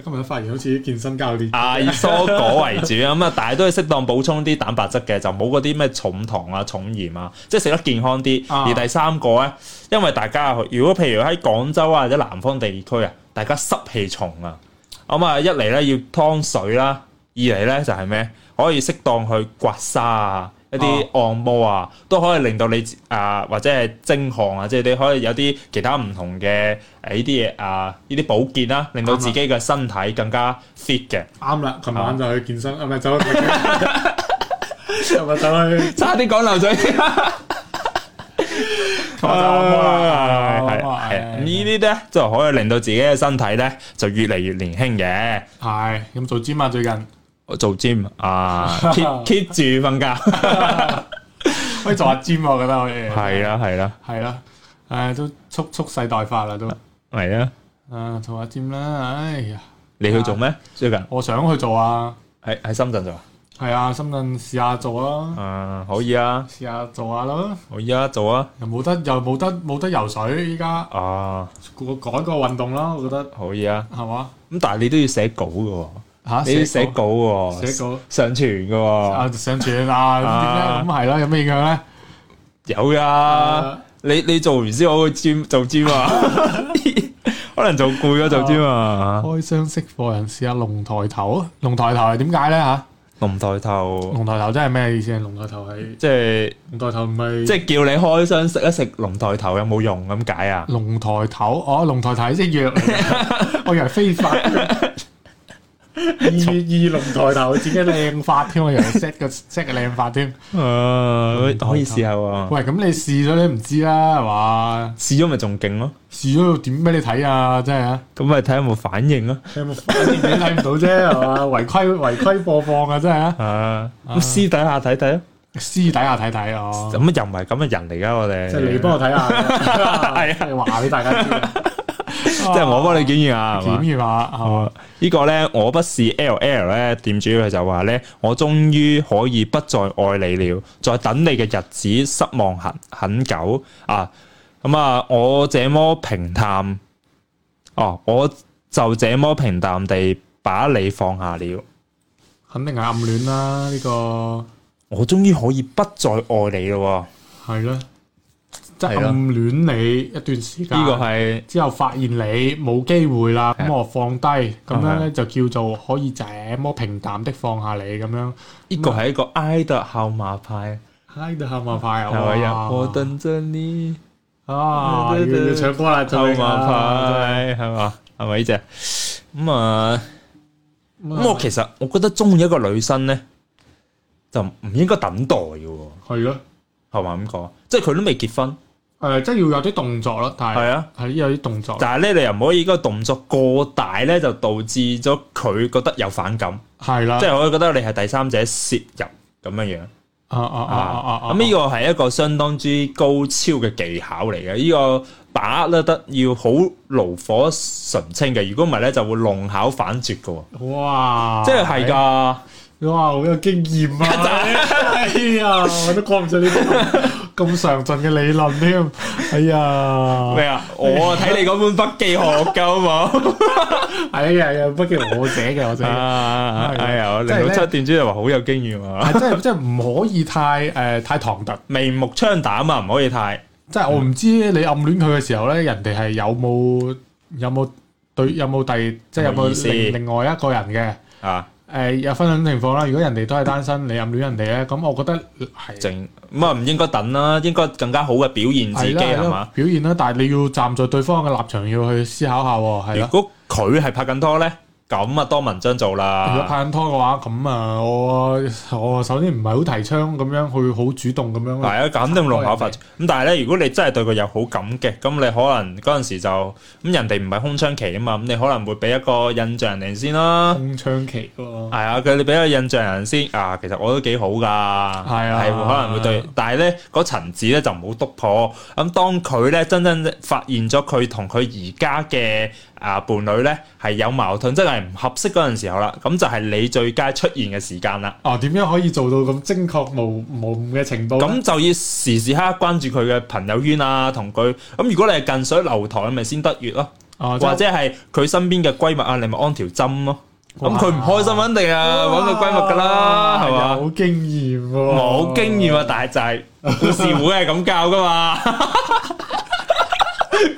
[SPEAKER 2] 今日都發啊現好似啲健身教練
[SPEAKER 1] 啊，以蔬果為主啊，咁啊，但係都要適當補充啲蛋白質嘅，就冇嗰啲咩重糖啊、重鹽啊，即係食得健康啲。
[SPEAKER 2] 啊
[SPEAKER 1] 而第三個咧，因為大家如果譬如喺廣州啊或者南方地區啊，大家濕氣重啊，咁啊一嚟咧要湯水啦，二嚟咧就係咩，可以適當去刮痧啊。一啲按摩啊，都可以令到你啊、或者係蒸汗啊，即係你可以有啲其他唔同嘅誒呢啲嘢啊，呢啲保健啦、令到自己嘅身體更加 fit 嘅。
[SPEAKER 2] 啱啦，琴晚就去健身，啊唔係走去，
[SPEAKER 1] [laughs]
[SPEAKER 2] 琴日走去，
[SPEAKER 1] 差啲講漏 [laughs] 嘴。
[SPEAKER 2] 琴日就按摩啦，
[SPEAKER 1] 係
[SPEAKER 2] 按
[SPEAKER 1] 係
[SPEAKER 2] 摩啊
[SPEAKER 1] 係呢啲咧就可以令到自己嘅身體咧就越嚟越年輕嘅。
[SPEAKER 2] 係咁做 gym 啊，最
[SPEAKER 1] [laughs]
[SPEAKER 2] 近
[SPEAKER 1] 我做 gym 啊 [laughs] ，keep keep 住瞓覺。
[SPEAKER 2] 可以做下 gym 啊我覺得可以。
[SPEAKER 1] 係啦係啊啦
[SPEAKER 2] 係啦，唉，都速速世代化啦都，
[SPEAKER 1] 係啦，
[SPEAKER 2] 啊，做下 gym 啦，哎呀，
[SPEAKER 1] 你去做咩？最近
[SPEAKER 2] 我想去做啊，
[SPEAKER 1] 喺喺深圳做啊
[SPEAKER 2] 係啊，深圳試下做啊，
[SPEAKER 1] 啊？可以啊，
[SPEAKER 2] 試下做下咯，
[SPEAKER 1] 可以啊，做啊。
[SPEAKER 2] 又冇得又冇得冇得游水，依家
[SPEAKER 1] 啊，
[SPEAKER 2] 我改個運動啦，我覺得
[SPEAKER 1] 可以啊。
[SPEAKER 2] 係嘛
[SPEAKER 1] 咁但係你都要寫稿嘅喎，
[SPEAKER 2] 嚇
[SPEAKER 1] 你要啊寫稿嘅
[SPEAKER 2] 寫
[SPEAKER 1] 喎，
[SPEAKER 2] 稿
[SPEAKER 1] 上傳嘅喎，
[SPEAKER 2] 啊上傳啊
[SPEAKER 1] 啊
[SPEAKER 2] 咁點咧？咁係啦，有咩影響咧？
[SPEAKER 1] 有噶。你你做完先好去 gym 做 gym 啊， [laughs] 可能做攰咗做 gym 啊，
[SPEAKER 2] 開箱識貨人試下龍抬頭，龍抬頭係點解咧嚇？
[SPEAKER 1] 龍抬頭，
[SPEAKER 2] 龍抬頭真係咩意思啊？龍抬頭係
[SPEAKER 1] 即係
[SPEAKER 2] 龍抬頭唔係
[SPEAKER 1] 即係叫你開箱食一食龍抬頭有冇用咁解啊？
[SPEAKER 2] 龍抬頭，哦，龍抬頭
[SPEAKER 1] [laughs]
[SPEAKER 2] 係隻藥嚟嘅，我以為非法。二二龍抬頭，自己靚法添，我以為 set 個 set 個靚法添。嗯
[SPEAKER 1] 誒，啊可以試下喎，
[SPEAKER 2] 喂，咁你試咗你唔知啦，係嘛？
[SPEAKER 1] 試咗咪仲勁咯，
[SPEAKER 2] 試咗點俾你睇啊？真係啊！
[SPEAKER 1] 咁咪睇下有冇反應咯。
[SPEAKER 2] 你有冇反應你睇唔到啫，係 [laughs] 嘛？違規違規播放啊，真係啊！
[SPEAKER 1] 啊，咁私底下睇睇咯，
[SPEAKER 2] 私底下睇睇
[SPEAKER 1] 咁
[SPEAKER 2] 哦，
[SPEAKER 1] 又唔係咁嘅人嚟噶，我哋
[SPEAKER 2] 即係你幫我睇下， [laughs] 係啊，話俾大家知 [laughs] 啊，
[SPEAKER 1] 即係我幫你檢驗下，係嘛
[SPEAKER 2] 檢驗下，係嘛？
[SPEAKER 1] 哦，呢個呢，我不是 L L 咧，店主佢就話呢，我終於可以不再愛你了，在等你嘅日子失望很很久啊！咁啊，我這麼平淡，哦，我就這麼平淡地把你放下了，
[SPEAKER 2] 肯定係暗戀啦，呢個。
[SPEAKER 1] 我終於可以不再愛你咯
[SPEAKER 2] 係咯，即係
[SPEAKER 1] 係咯
[SPEAKER 2] 暗戀你一段時
[SPEAKER 1] 喎，
[SPEAKER 2] 間，
[SPEAKER 1] 呢個係
[SPEAKER 2] 之後發現你冇機會啦，
[SPEAKER 1] 係
[SPEAKER 2] 咁我放低，咁樣
[SPEAKER 1] 係
[SPEAKER 2] 咧就叫做可以這麼平淡的放下你咁樣。
[SPEAKER 1] 呢個係一個埃特後馬派，
[SPEAKER 2] 嗨，到下馬派啊！
[SPEAKER 1] 係咪
[SPEAKER 2] 哇
[SPEAKER 1] 啊？我等著你。
[SPEAKER 2] 啊，要要唱歌啦，
[SPEAKER 1] 臭
[SPEAKER 2] 就
[SPEAKER 1] 馬
[SPEAKER 2] 啊
[SPEAKER 1] 派係嘛？係咪呢只？咁啊，咁
[SPEAKER 2] 嗯
[SPEAKER 1] 我其實我覺得中意一個女生咧，就唔應該等待嘅喎，
[SPEAKER 2] 係咯，
[SPEAKER 1] 係咪咁講？即係佢都未結婚，
[SPEAKER 2] 哦誒，即係要有啲動作咯，但
[SPEAKER 1] 係
[SPEAKER 2] 係
[SPEAKER 1] 啊。
[SPEAKER 2] 係有啲動作，
[SPEAKER 1] 但係咧，你又唔可以個動作過大咧，就導致咗佢覺得有反感，
[SPEAKER 2] 係啦
[SPEAKER 1] 即，係我覺得你係第三者涉入咁樣樣
[SPEAKER 2] 啊啊啊啊
[SPEAKER 1] 啊。
[SPEAKER 2] 啊！
[SPEAKER 1] 咁呢個係一個相當之高超嘅技巧嚟嘅，呢個把握得要好爐火純青嘅，如果唔係咧就會弄巧反拙嘅喎。
[SPEAKER 2] 個哇，
[SPEAKER 1] 即係係
[SPEAKER 2] 㗎，
[SPEAKER 1] 㗎。
[SPEAKER 2] 哇，好有經驗
[SPEAKER 1] [laughs]
[SPEAKER 2] 啊！哎呀，我都講唔上呢啲咁上進嘅理論添，哎呀！
[SPEAKER 1] 咩啊？我啊睇你嗰本筆記學噶好冇？
[SPEAKER 2] 哎呀呀，畢竟我寫嘅，我寫嘅。
[SPEAKER 1] 啊
[SPEAKER 2] 係
[SPEAKER 1] 啊！
[SPEAKER 2] 即係
[SPEAKER 1] 零
[SPEAKER 2] 咧
[SPEAKER 1] 六七店主就話好有經驗啊，
[SPEAKER 2] 係真係真係唔可以太誒、呃太唐突，
[SPEAKER 1] 明目張膽啊，唔可以太
[SPEAKER 2] 即係我唔知你暗戀佢嘅時候咧，人哋係有冇有冇對有冇第即係有
[SPEAKER 1] 有冇意
[SPEAKER 2] 冇
[SPEAKER 1] 思
[SPEAKER 2] 另另外一個人嘅誒、
[SPEAKER 1] 啊
[SPEAKER 2] 呃有分享情況啦。如果人哋都係單身，你暗戀人哋咧，咁我覺得係
[SPEAKER 1] 靜咁啊，唔應該等啦，應該更加好嘅表現自己
[SPEAKER 2] 啦
[SPEAKER 1] 係
[SPEAKER 2] 啦
[SPEAKER 1] 嘛？
[SPEAKER 2] 表現啦，但係你要站在對方嘅立場要去思考下喎，係
[SPEAKER 1] 如
[SPEAKER 2] 啦。
[SPEAKER 1] 果佢係拍緊拖咧，咁啊多文章做
[SPEAKER 2] 如果
[SPEAKER 1] 啦，
[SPEAKER 2] 拍緊拖嘅話，咁啊，我我首先唔係好提倡咁樣去好主動咁樣
[SPEAKER 1] 係啊，肯定弄巧法拙咁。但係咧，如果你真係對佢有好感嘅，咁你可能嗰陣時就咁人哋唔係空窗期啊嘛，咁你可能會俾一個印象人哋先啦。
[SPEAKER 2] 空窗期喎。
[SPEAKER 1] 係啊，佢哋俾個印象人先啊，其實我都幾好噶，係
[SPEAKER 2] 啊
[SPEAKER 1] 係可能會對，但係咧嗰層紙咧就唔好篤破。咁當佢咧真真發現咗佢同佢而家嘅啊伴侶咧係有矛盾，即係唔合適嗰陣時候啦，咁就係你最佳出現嘅時間啦。
[SPEAKER 2] 哦，點樣可以做到咁精確無無誤嘅程度咧？
[SPEAKER 1] 咁就要時時刻刻關注佢嘅朋友圈啊，同佢咁。如果你係近水樓台，咪先得月咯，
[SPEAKER 2] 哦，
[SPEAKER 1] 或者係佢身邊嘅閨蜜啊，你咪安條針咯。咁
[SPEAKER 2] 哇
[SPEAKER 1] 佢唔開心肯定啊，揾個閨蜜噶啦，係嘛？
[SPEAKER 2] 啊冇經驗喎，
[SPEAKER 1] 冇經驗啊，大仔，故事會係咁教噶嘛？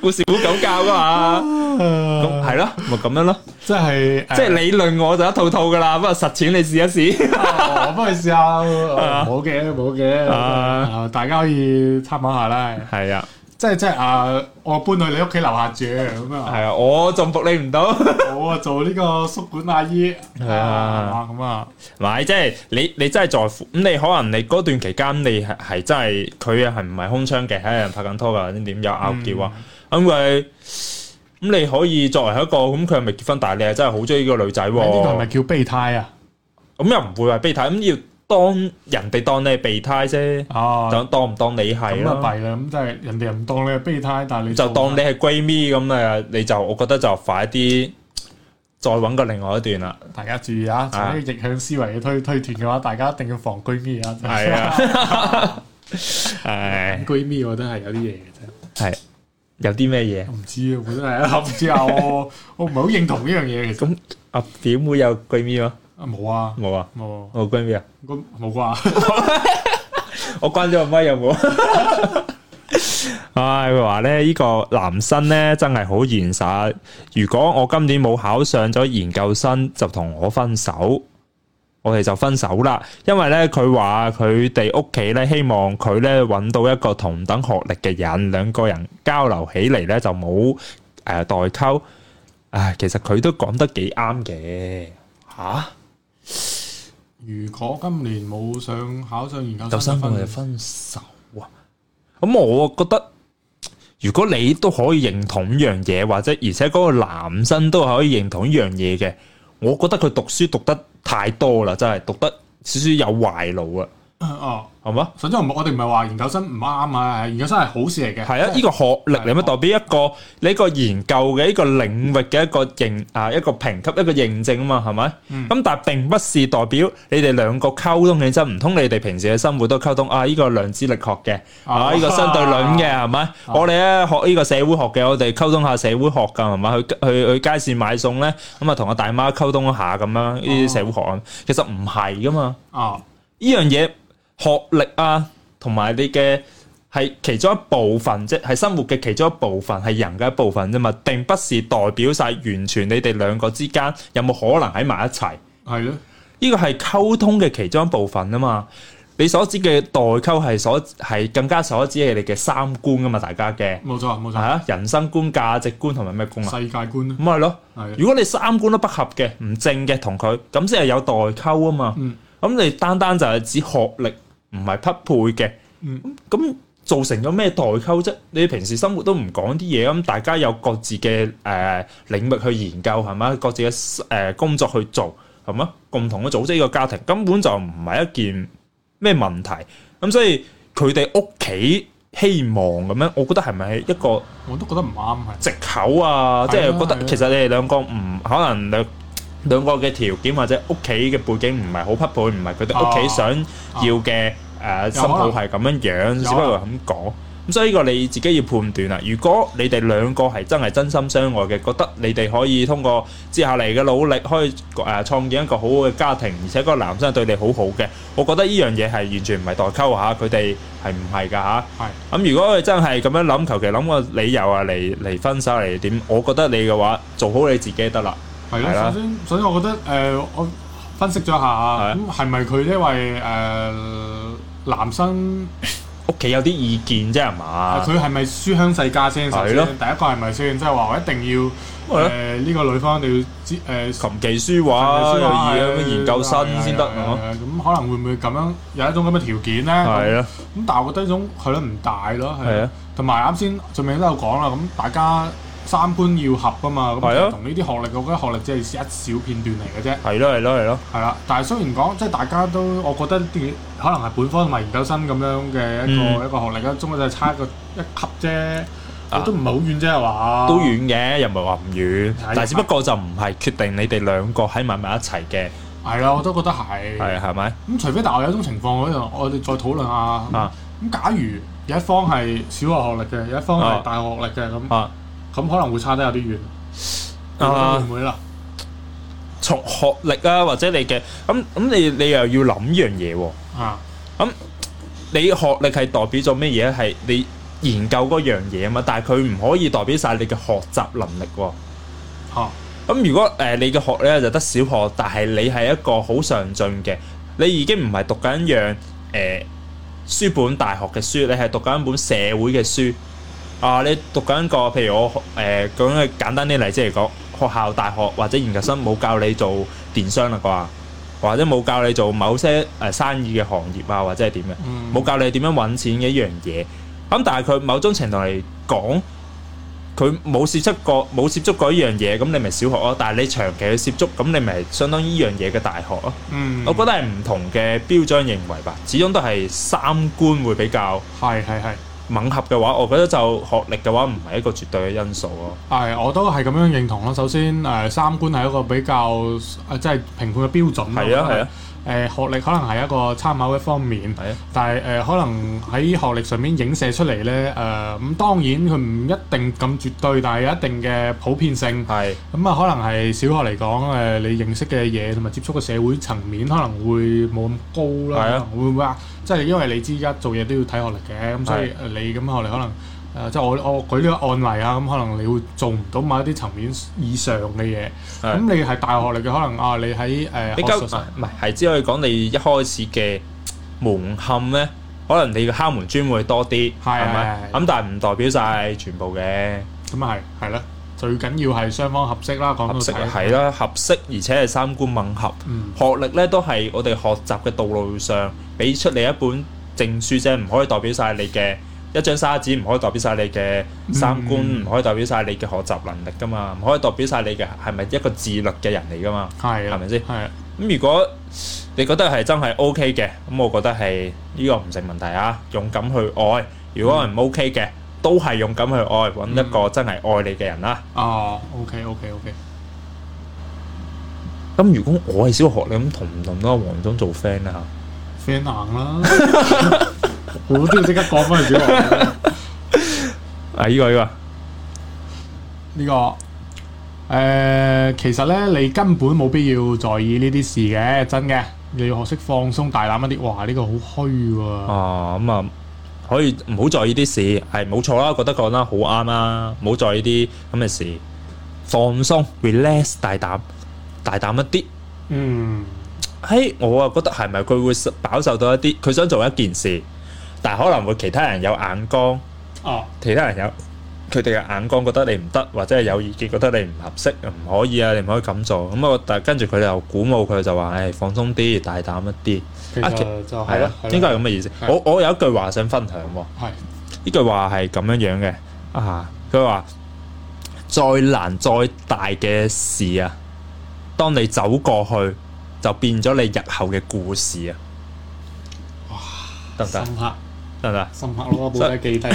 [SPEAKER 1] [laughs] 故事會咁教噶嘛？咁
[SPEAKER 2] 啊，
[SPEAKER 1] 係咯，咪咁樣咯。
[SPEAKER 2] 即係
[SPEAKER 1] 即係理論我就一套套噶啦，不過實踐你試一試。
[SPEAKER 2] 誒我幫你試
[SPEAKER 1] [laughs]
[SPEAKER 2] 下，冇嘅冇嘅，
[SPEAKER 1] 啊
[SPEAKER 2] 啊大家可以參考下啦。
[SPEAKER 1] 係啊，
[SPEAKER 2] 即係即係啊，我搬去你屋企樓下住咁啊，
[SPEAKER 1] 係啊，我仲服你唔到。
[SPEAKER 2] 我啊做呢個宿管阿姨
[SPEAKER 1] 係啊
[SPEAKER 2] 咁啊，
[SPEAKER 1] 咪即係你你真係在乎咁，你可能你嗰段期間你係係真係佢係唔係空窗期，喺人拍緊拖噶，點點有拗撬啊？咁佢咁你可以作為一個咁佢係咪結婚？但係你係真係好中意呢個女仔
[SPEAKER 2] 呢個係
[SPEAKER 1] 喎
[SPEAKER 2] 咪。叫備胎啊？
[SPEAKER 1] 咁又唔會話備胎，咁要當人哋當你係備胎啫，
[SPEAKER 2] 哦，
[SPEAKER 1] 就當唔當你係
[SPEAKER 2] 咁
[SPEAKER 1] 咯？
[SPEAKER 2] 啊弊啦，咁即係人哋又唔當你係備胎，但係你
[SPEAKER 1] 就
[SPEAKER 2] 做啊
[SPEAKER 1] 當你係閨蜜咁啊，你就我覺得就快啲再揾個另外一段啦。
[SPEAKER 2] 大家注意啊！從呢個逆向思維嘅推推斷嘅話，大家一定要防居咪啊！
[SPEAKER 1] 係
[SPEAKER 2] [laughs]
[SPEAKER 1] 啊，係
[SPEAKER 2] 居咪我覺得係有啲嘢嘅啫，
[SPEAKER 1] 係有啲咩嘢？
[SPEAKER 2] 我唔知啊，我真係我唔知啊，我 [laughs] 我唔係好認同呢樣嘢，其實
[SPEAKER 1] 咁啊點會有閨蜜啊？
[SPEAKER 2] 啊冇啊
[SPEAKER 1] 冇啊，
[SPEAKER 2] 冇，
[SPEAKER 1] 我閨蜜啊，
[SPEAKER 2] 咁冇啩？ [laughs]
[SPEAKER 1] 我關咗個咪有冇？ [laughs] 唉，佢話咧，呢個男生咧真係好現實。如果我今年冇考上咗研究生，就同我分手。我哋就分手啦，因為咧佢話佢哋屋企咧希望佢咧揾到一個同等學歷嘅人，兩個人交流起嚟咧就冇誒、呃代溝。唉，其實佢都講得幾啱嘅，吓、
[SPEAKER 2] 如果今年冇上考上研
[SPEAKER 1] 有
[SPEAKER 2] 究
[SPEAKER 1] 生
[SPEAKER 2] 生
[SPEAKER 1] 我
[SPEAKER 2] 分
[SPEAKER 1] 哋，分手啊！咁我覺得，如果你都可以認同一樣嘢，或者而且嗰個男生都可以認同一樣嘢嘅，我覺得佢讀書讀得太多啦，真係讀得少少有壞腦啊，
[SPEAKER 2] 哦，
[SPEAKER 1] 係嘛？
[SPEAKER 2] 首先我唔我哋唔係話研究生唔啱啊，係研究生係好事嚟嘅。
[SPEAKER 1] 係啊，呢個學歷你咪代表一個你一個研究嘅一個領域嘅一個認啊一個評級一個認證啊嘛，係咪？咁、
[SPEAKER 2] 嗯
[SPEAKER 1] 但係並不是代表你哋兩個溝通嘅真，唔通你哋平時嘅生活都溝通啊？呢、個量子力學嘅啊，呢、個相對論嘅係咪？我哋咧學呢個社會學嘅，我哋溝通下社會學㗎係咪？去去去街市買餸咧，咁啊同個大媽溝通一下咁樣呢啲社會學啊，其實唔係㗎嘛。
[SPEAKER 2] 啊，
[SPEAKER 1] 呢樣嘢學歷啊，同埋你嘅係其中一部分啫，係生活嘅其中一部分，係人嘅一部分啫嘛，並不是代表晒完全你哋兩個之間有冇可能喺埋一齊。
[SPEAKER 2] 係咯，
[SPEAKER 1] 呢個係溝通嘅其中一部分啊嘛。你所指嘅代溝係所係更加所指係你嘅三觀啊嘛，大家嘅
[SPEAKER 2] 冇錯冇
[SPEAKER 1] 係
[SPEAKER 2] 錯，
[SPEAKER 1] 啊人生觀、價值觀同埋咩觀啊，
[SPEAKER 2] 世界觀咯，
[SPEAKER 1] 咁係咯。
[SPEAKER 2] 係啊
[SPEAKER 1] 如果你三觀都不合嘅，唔正嘅同佢，咁先係有代溝啊嘛。咁
[SPEAKER 2] 嗯、
[SPEAKER 1] 你單單就係指學歷唔係匹配嘅，
[SPEAKER 2] 嗯
[SPEAKER 1] 咁造成咗咩代溝啫？你平時生活都唔講啲嘢，咁大家有各自嘅誒、呃、領域去研究係嘛，各自嘅誒、呃工作去做係嘛，共同去組織呢個家庭，根本就唔係一件咩問題。咁所以佢哋屋企希望咁樣，我覺得係咪一個？
[SPEAKER 2] 我都覺得唔啱係。
[SPEAKER 1] 藉口啊，即
[SPEAKER 2] 係
[SPEAKER 1] 係
[SPEAKER 2] 啊
[SPEAKER 1] 覺
[SPEAKER 2] 係
[SPEAKER 1] 得
[SPEAKER 2] 啊
[SPEAKER 1] 其實你哋兩個唔可能兩兩個嘅條件或者屋企嘅背景唔係好匹配，唔係佢哋屋企
[SPEAKER 2] 啊
[SPEAKER 1] 想要嘅呃誒新抱
[SPEAKER 2] 有可
[SPEAKER 1] 係咁樣樣，只不過係咁講。咁所以呢個你自己要判斷啦。如果你哋兩個係真係真心相愛嘅，覺得你哋可以通過接下嚟嘅努力，可以誒創建一個好好嘅家庭，而且個男生對你好好嘅，我覺得呢樣嘢係完全唔係代溝嚇，佢哋係唔係㗎嚇？
[SPEAKER 2] 係
[SPEAKER 1] 咁如果佢真係咁樣諗，求其諗個理由啊嚟嚟分手嚟點？我覺得你嘅話做好你自己得啦。
[SPEAKER 2] 係
[SPEAKER 1] 係啊啦
[SPEAKER 2] 啦，首先首先我覺得誒、呃我分析咗一
[SPEAKER 1] 啊
[SPEAKER 2] 下，咁係咪佢因為誒、呃男生
[SPEAKER 1] 屋企有啲意見啫係嘛？
[SPEAKER 2] 啊佢係咪書香世家先？首
[SPEAKER 1] 啊係
[SPEAKER 2] 先
[SPEAKER 1] 咯
[SPEAKER 2] 第一個係咪先？即係話我一定要
[SPEAKER 1] 係咯
[SPEAKER 2] 誒呢個女方一定要知誒。
[SPEAKER 1] 琴棋書畫有意咁研究生先得
[SPEAKER 2] 啊係啊
[SPEAKER 1] 係
[SPEAKER 2] 係啊咁可能會唔會咁樣有一種咁嘅條件咧？
[SPEAKER 1] 嘛係啊，
[SPEAKER 2] 咁但係我覺得呢種係咯唔大咯，
[SPEAKER 1] 係啊
[SPEAKER 2] 係啊，同埋啱先最尾都有講啦，咁大家三觀要合啊嘛，咁
[SPEAKER 1] 係
[SPEAKER 2] 其
[SPEAKER 1] 啊
[SPEAKER 2] 實同呢啲學歷，我覺得學歷只係一小片段嚟嘅啫，
[SPEAKER 1] 係咯係咯係咯，
[SPEAKER 2] 係啦。但係雖然講即係大家都，我覺得啲可能係本科同埋研究生咁樣嘅一個、
[SPEAKER 1] 嗯
[SPEAKER 2] 一個學歷啊啦，中國就係差一個一級啫，
[SPEAKER 1] 啊
[SPEAKER 2] 都唔係好遠啫係嘛？
[SPEAKER 1] 都遠嘅，又唔係話唔遠
[SPEAKER 2] 啊係，
[SPEAKER 1] 但係只不過就唔係決定你哋兩個喺埋埋一齊嘅，
[SPEAKER 2] 係啦，我都覺得係。
[SPEAKER 1] 係啊係咪
[SPEAKER 2] 咁除非但係有一種情況，我哋我哋再討論下。
[SPEAKER 1] 啊
[SPEAKER 2] 咁假如有一方係小學學歷嘅，有一方
[SPEAKER 1] 啊
[SPEAKER 2] 係大學學歷嘅咁。
[SPEAKER 1] 啊？
[SPEAKER 2] 咁可能會差得有啲遠。
[SPEAKER 1] 啊
[SPEAKER 2] 啊，會唔會啦？
[SPEAKER 1] 從學歷啊，或者你嘅咁咁，你你又要諗呢樣嘢喎。
[SPEAKER 2] 啊，
[SPEAKER 1] 你學歷係代表咗咩嘢？係你研究嗰樣嘢啊嘛，但係佢唔可以代表晒你嘅學習能力喎、
[SPEAKER 2] 嚇，
[SPEAKER 1] 咁如果誒、呃你嘅學咧就得小學，但係你係一個好上進嘅，你已經唔係讀緊一樣誒、呃、書本大學嘅書，你係讀緊一本社會嘅書。啊，你讀緊一個譬如我誒講嘅簡單啲例子嚟講，學校、大學或者研究生冇教你做電商啦啩，或者冇教你做某些誒、呃生意嘅行業啊，或者係點嘅。
[SPEAKER 2] 嗯，
[SPEAKER 1] 冇教你點樣揾錢嘅一樣嘢。咁但係佢某種程度嚟講，佢冇接觸過冇接觸過一樣嘢，咁你咪小學咯。但係你長期去接觸，咁你咪相當於呢樣嘢嘅大學咯。
[SPEAKER 2] 嗯，
[SPEAKER 1] 我覺得係唔同嘅標準認為吧，始終都係三觀會比較
[SPEAKER 2] 係係係
[SPEAKER 1] 吻合嘅話，我覺得就學歷嘅話唔係一個絕對嘅因素咯。
[SPEAKER 2] 係，我都係咁樣認同咯。首先誒、三觀係一個比較誒、即係評判嘅標準咯。
[SPEAKER 1] 係啊係啊
[SPEAKER 2] 誒、學歷可能係一個參考嘅方面，
[SPEAKER 1] 係啊
[SPEAKER 2] 但係誒、可能喺學歷上面影射出嚟咧誒，咁、當然佢唔一定咁絕對，但係有一定嘅普遍性。
[SPEAKER 1] 係
[SPEAKER 2] 咁啊，可能係小學嚟講，誒、你認識嘅嘢同埋接觸嘅社會層面可能會冇咁高
[SPEAKER 1] 係
[SPEAKER 2] 啦，
[SPEAKER 1] 啊
[SPEAKER 2] 可能會唔會啊？即係因為你知而家做嘢都要睇學歷嘅，咁所以誒你咁學歷可能誒，即係我我舉呢個案例啊，咁可能你會做唔到某一啲層面以上嘅嘢，
[SPEAKER 1] 係啊
[SPEAKER 2] 咁你係大學嚟嘅，可能啊，你喺誒、呃、
[SPEAKER 1] 你
[SPEAKER 2] 學
[SPEAKER 1] 夠
[SPEAKER 2] 術上
[SPEAKER 1] 唔係係只可以講你一開始嘅門檻咧，可能你嘅敲門磚會多啲，
[SPEAKER 2] 係
[SPEAKER 1] 係咪？
[SPEAKER 2] 係
[SPEAKER 1] 咁但係唔代表晒全部嘅
[SPEAKER 2] 咁啊係係啦，最緊要係雙方合適啦，講
[SPEAKER 1] 合
[SPEAKER 2] 到
[SPEAKER 1] 適啊
[SPEAKER 2] 底
[SPEAKER 1] 係，啦，合適而且係三觀吻合。
[SPEAKER 2] 嗯，
[SPEAKER 1] 學歷咧都係我哋學習嘅道路上俾出你一本證書啫，唔可以代表晒你嘅一張沙紙，唔可以代表晒你嘅三觀，唔、
[SPEAKER 2] 嗯
[SPEAKER 1] 可以代表晒你嘅學習能力噶嘛，唔可以代表晒你嘅係咪一個自律嘅人嚟噶嘛。
[SPEAKER 2] 係啦
[SPEAKER 1] 係咪先
[SPEAKER 2] 係啊
[SPEAKER 1] 咁如果你覺得係真係 O K 嘅，咁我覺得係呢、個唔成問題啊，勇敢去愛。如果唔 O K 嘅，都係勇敢去愛，揾一個真係愛你嘅人啦。
[SPEAKER 2] 哦，OK OK OK，
[SPEAKER 1] 咁、如果我係小學，你咁同唔同得黃忠做 friend 啊？
[SPEAKER 2] 飛硬啦， [laughs] 我都要即刻講翻去小學啦
[SPEAKER 1] 啊，呢、個呢、個。
[SPEAKER 2] 呢、個誒、其實咧，你根本冇必要在意呢啲事嘅，真嘅。你要學識放鬆大膽一啲，哇！呢、個好虛喎、
[SPEAKER 1] 哦，咁啊，可以唔好在意啲事，係冇錯啦，覺得講得好啱啦，唔好在意啲咁嘅事，放鬆，relax，大膽，大膽一啲。
[SPEAKER 2] 嗯，
[SPEAKER 1] 嘿，我啊覺得係咪佢會受飽受到一啲，佢想做一件事，但係可能會其他人有眼光，
[SPEAKER 2] 哦，
[SPEAKER 1] 其他人有佢哋嘅眼光，覺得你唔得，或者係有意見，覺得你唔合適，唔可以啊，你唔可以咁做。咁我但係跟住佢哋又鼓舞佢，就話：，誒，放鬆啲，大膽一啲，
[SPEAKER 2] 其
[SPEAKER 1] 啊
[SPEAKER 2] 實
[SPEAKER 1] 其
[SPEAKER 2] 就係
[SPEAKER 1] 係
[SPEAKER 2] 啦
[SPEAKER 1] 啦，，應該係咁嘅意思。
[SPEAKER 2] 係
[SPEAKER 1] 我我有一句話想分享喎。
[SPEAKER 2] 係
[SPEAKER 1] 呢句話係咁樣樣嘅啊！佢話再難再大嘅事啊，當你走過去，就變咗你日後嘅故事啊！哇，得唔得？
[SPEAKER 2] 深刻
[SPEAKER 1] 得唔得？
[SPEAKER 2] 深刻咯，冇得記
[SPEAKER 1] [laughs]
[SPEAKER 2] 低。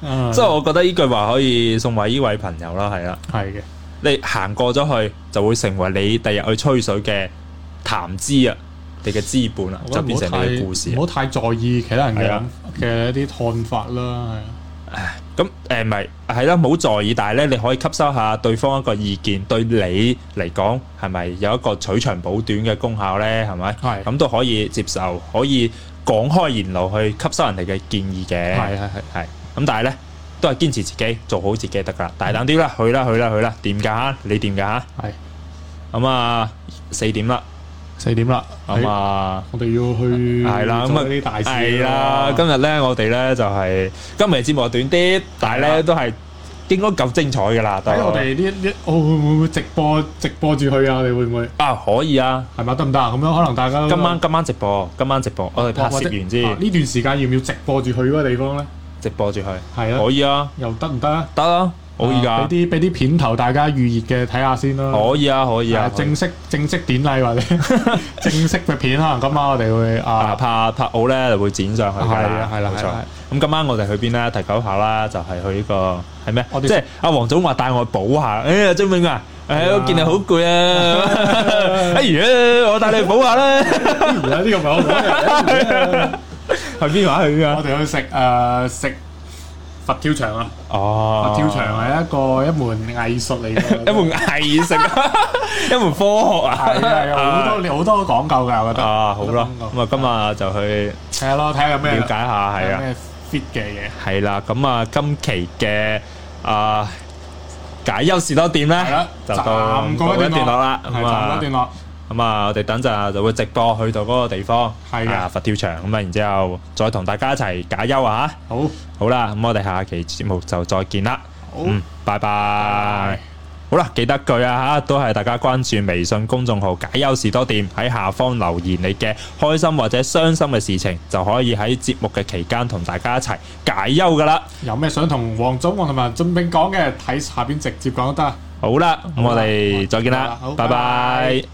[SPEAKER 2] 嗯
[SPEAKER 1] 即係我覺得呢句話可以送俾呢位朋友啦，係啦，
[SPEAKER 2] 係嘅，
[SPEAKER 1] 你行過咗去，就會成為你第日去吹水嘅談資啊，你嘅資本啊，
[SPEAKER 2] 我
[SPEAKER 1] 就
[SPEAKER 2] 覺得唔
[SPEAKER 1] 變
[SPEAKER 2] 好
[SPEAKER 1] 成
[SPEAKER 2] 太
[SPEAKER 1] 你嘅故事啊
[SPEAKER 2] 唔。好太在意其他人嘅
[SPEAKER 1] 係啊
[SPEAKER 2] 諗嘅一啲看法啦，係啊。
[SPEAKER 1] 咁誒唔係係啦，唔好在意，但係咧你可以吸收下對方一個意見，對你嚟講係咪有一個取長補短嘅功效咧？係咪？
[SPEAKER 2] 係
[SPEAKER 1] 咁都可以接受，可以講開言路去吸收人哋嘅建議嘅。
[SPEAKER 2] 係係係
[SPEAKER 1] 係咁，但係咧都係堅持自己，做好自己得㗎啦。大膽啲啦，去啦去啦去啦，掂㗎嚇，你掂㗎嚇。
[SPEAKER 2] 係
[SPEAKER 1] 咁啊四點啦，
[SPEAKER 2] 四點啦，
[SPEAKER 1] 咁
[SPEAKER 2] 係
[SPEAKER 1] 啊。
[SPEAKER 2] 我哋要去
[SPEAKER 1] 係啦，咁
[SPEAKER 2] 做
[SPEAKER 1] 啊
[SPEAKER 2] 呢啲大事
[SPEAKER 1] 係啦，今日咧我哋咧就係今日嘅節目係短啲，但係
[SPEAKER 2] 係啦啊
[SPEAKER 1] 咧都係應該夠精彩噶啦。都
[SPEAKER 2] 喺我哋呢呢，我會唔會直播直播住去啊？你會唔會
[SPEAKER 1] 啊可以啊，
[SPEAKER 2] 係咪得唔得啊？咁樣可能大家都
[SPEAKER 1] 今晚今晚直播，今晚直播，我哋拍
[SPEAKER 2] 或者
[SPEAKER 1] 攝完
[SPEAKER 2] 啊
[SPEAKER 1] 先
[SPEAKER 2] 呢段時間要唔要直播住去嗰個地方咧？
[SPEAKER 1] 直播住去，
[SPEAKER 2] 係啊
[SPEAKER 1] 可以啊，
[SPEAKER 2] 又得唔得啊？
[SPEAKER 1] 得啊，可以
[SPEAKER 2] 啊
[SPEAKER 1] 噶，
[SPEAKER 2] 俾啲俾啲片頭大家預熱嘅睇下先啦。
[SPEAKER 1] 可以啊，可以
[SPEAKER 2] 係
[SPEAKER 1] 啊
[SPEAKER 2] 啊，，正式正式典禮或者 [laughs] 正式嘅片，可能今晚我哋會
[SPEAKER 1] 啊
[SPEAKER 2] 啊，
[SPEAKER 1] 拍拍好咧就會剪上去㗎
[SPEAKER 2] 係啊係啦
[SPEAKER 1] 冇
[SPEAKER 2] 係啦
[SPEAKER 1] 錯。咁今晚我哋去邊咧？提九下啦，就係去呢個係咩
[SPEAKER 2] 我？哋
[SPEAKER 1] 即係阿黃總話帶我去補
[SPEAKER 2] [laughs]
[SPEAKER 1] 下，哎呀，張明啊！誒，我見你好攰啊！哎呀，我帶你去補下啦。
[SPEAKER 2] 而家呢個咪我
[SPEAKER 1] [laughs] 去邊話去啊？
[SPEAKER 2] 我哋去食誒食佛跳牆啊！
[SPEAKER 1] 哦
[SPEAKER 2] 佛跳牆係一個一門藝術嚟嘅，
[SPEAKER 1] [laughs] 一門藝
[SPEAKER 2] [laughs]
[SPEAKER 1] 術，一門科學啊！
[SPEAKER 2] 係啊係啊，好多你好多講究㗎，我覺得
[SPEAKER 1] 啊，好啦，咁啊，今日就去
[SPEAKER 2] 睇下咯，睇下有咩
[SPEAKER 1] 了解下，係
[SPEAKER 2] 有
[SPEAKER 1] 啊，
[SPEAKER 2] 咩 fit 嘅嘢。
[SPEAKER 1] 係啦，咁啊，今期嘅啊解憂士多店咧
[SPEAKER 2] 係啦，，
[SPEAKER 1] 就
[SPEAKER 2] 暫
[SPEAKER 1] 到
[SPEAKER 2] 告
[SPEAKER 1] 告一段落啦，
[SPEAKER 2] 係
[SPEAKER 1] 咁
[SPEAKER 2] 暫告一
[SPEAKER 1] 啊
[SPEAKER 2] 段，落。
[SPEAKER 1] 咁啊，我哋等陣就會直播去到嗰個地方，
[SPEAKER 2] 係嘅
[SPEAKER 1] 啊佛跳牆，咁啊，然之後再同大家一齊解憂啊，
[SPEAKER 2] 好，
[SPEAKER 1] 好啦，咁我哋下期節目就再見啦，
[SPEAKER 2] 好，
[SPEAKER 1] 嗯，拜拜。好啦，記得句啊嚇，都係大家關注微信公眾號解憂士多店，喺下方留言你嘅開心或者傷心嘅事情，就可以喺節目嘅期間同大家一齊解憂噶啦。
[SPEAKER 2] 有咩想同黃總、同埋俊炳講嘅，睇下邊直接講都得啊。
[SPEAKER 1] 好啦，咁
[SPEAKER 2] 好啦
[SPEAKER 1] 我哋再見
[SPEAKER 2] 好
[SPEAKER 1] 啦
[SPEAKER 2] 好，
[SPEAKER 1] 拜
[SPEAKER 2] 拜
[SPEAKER 1] 拜
[SPEAKER 2] 拜。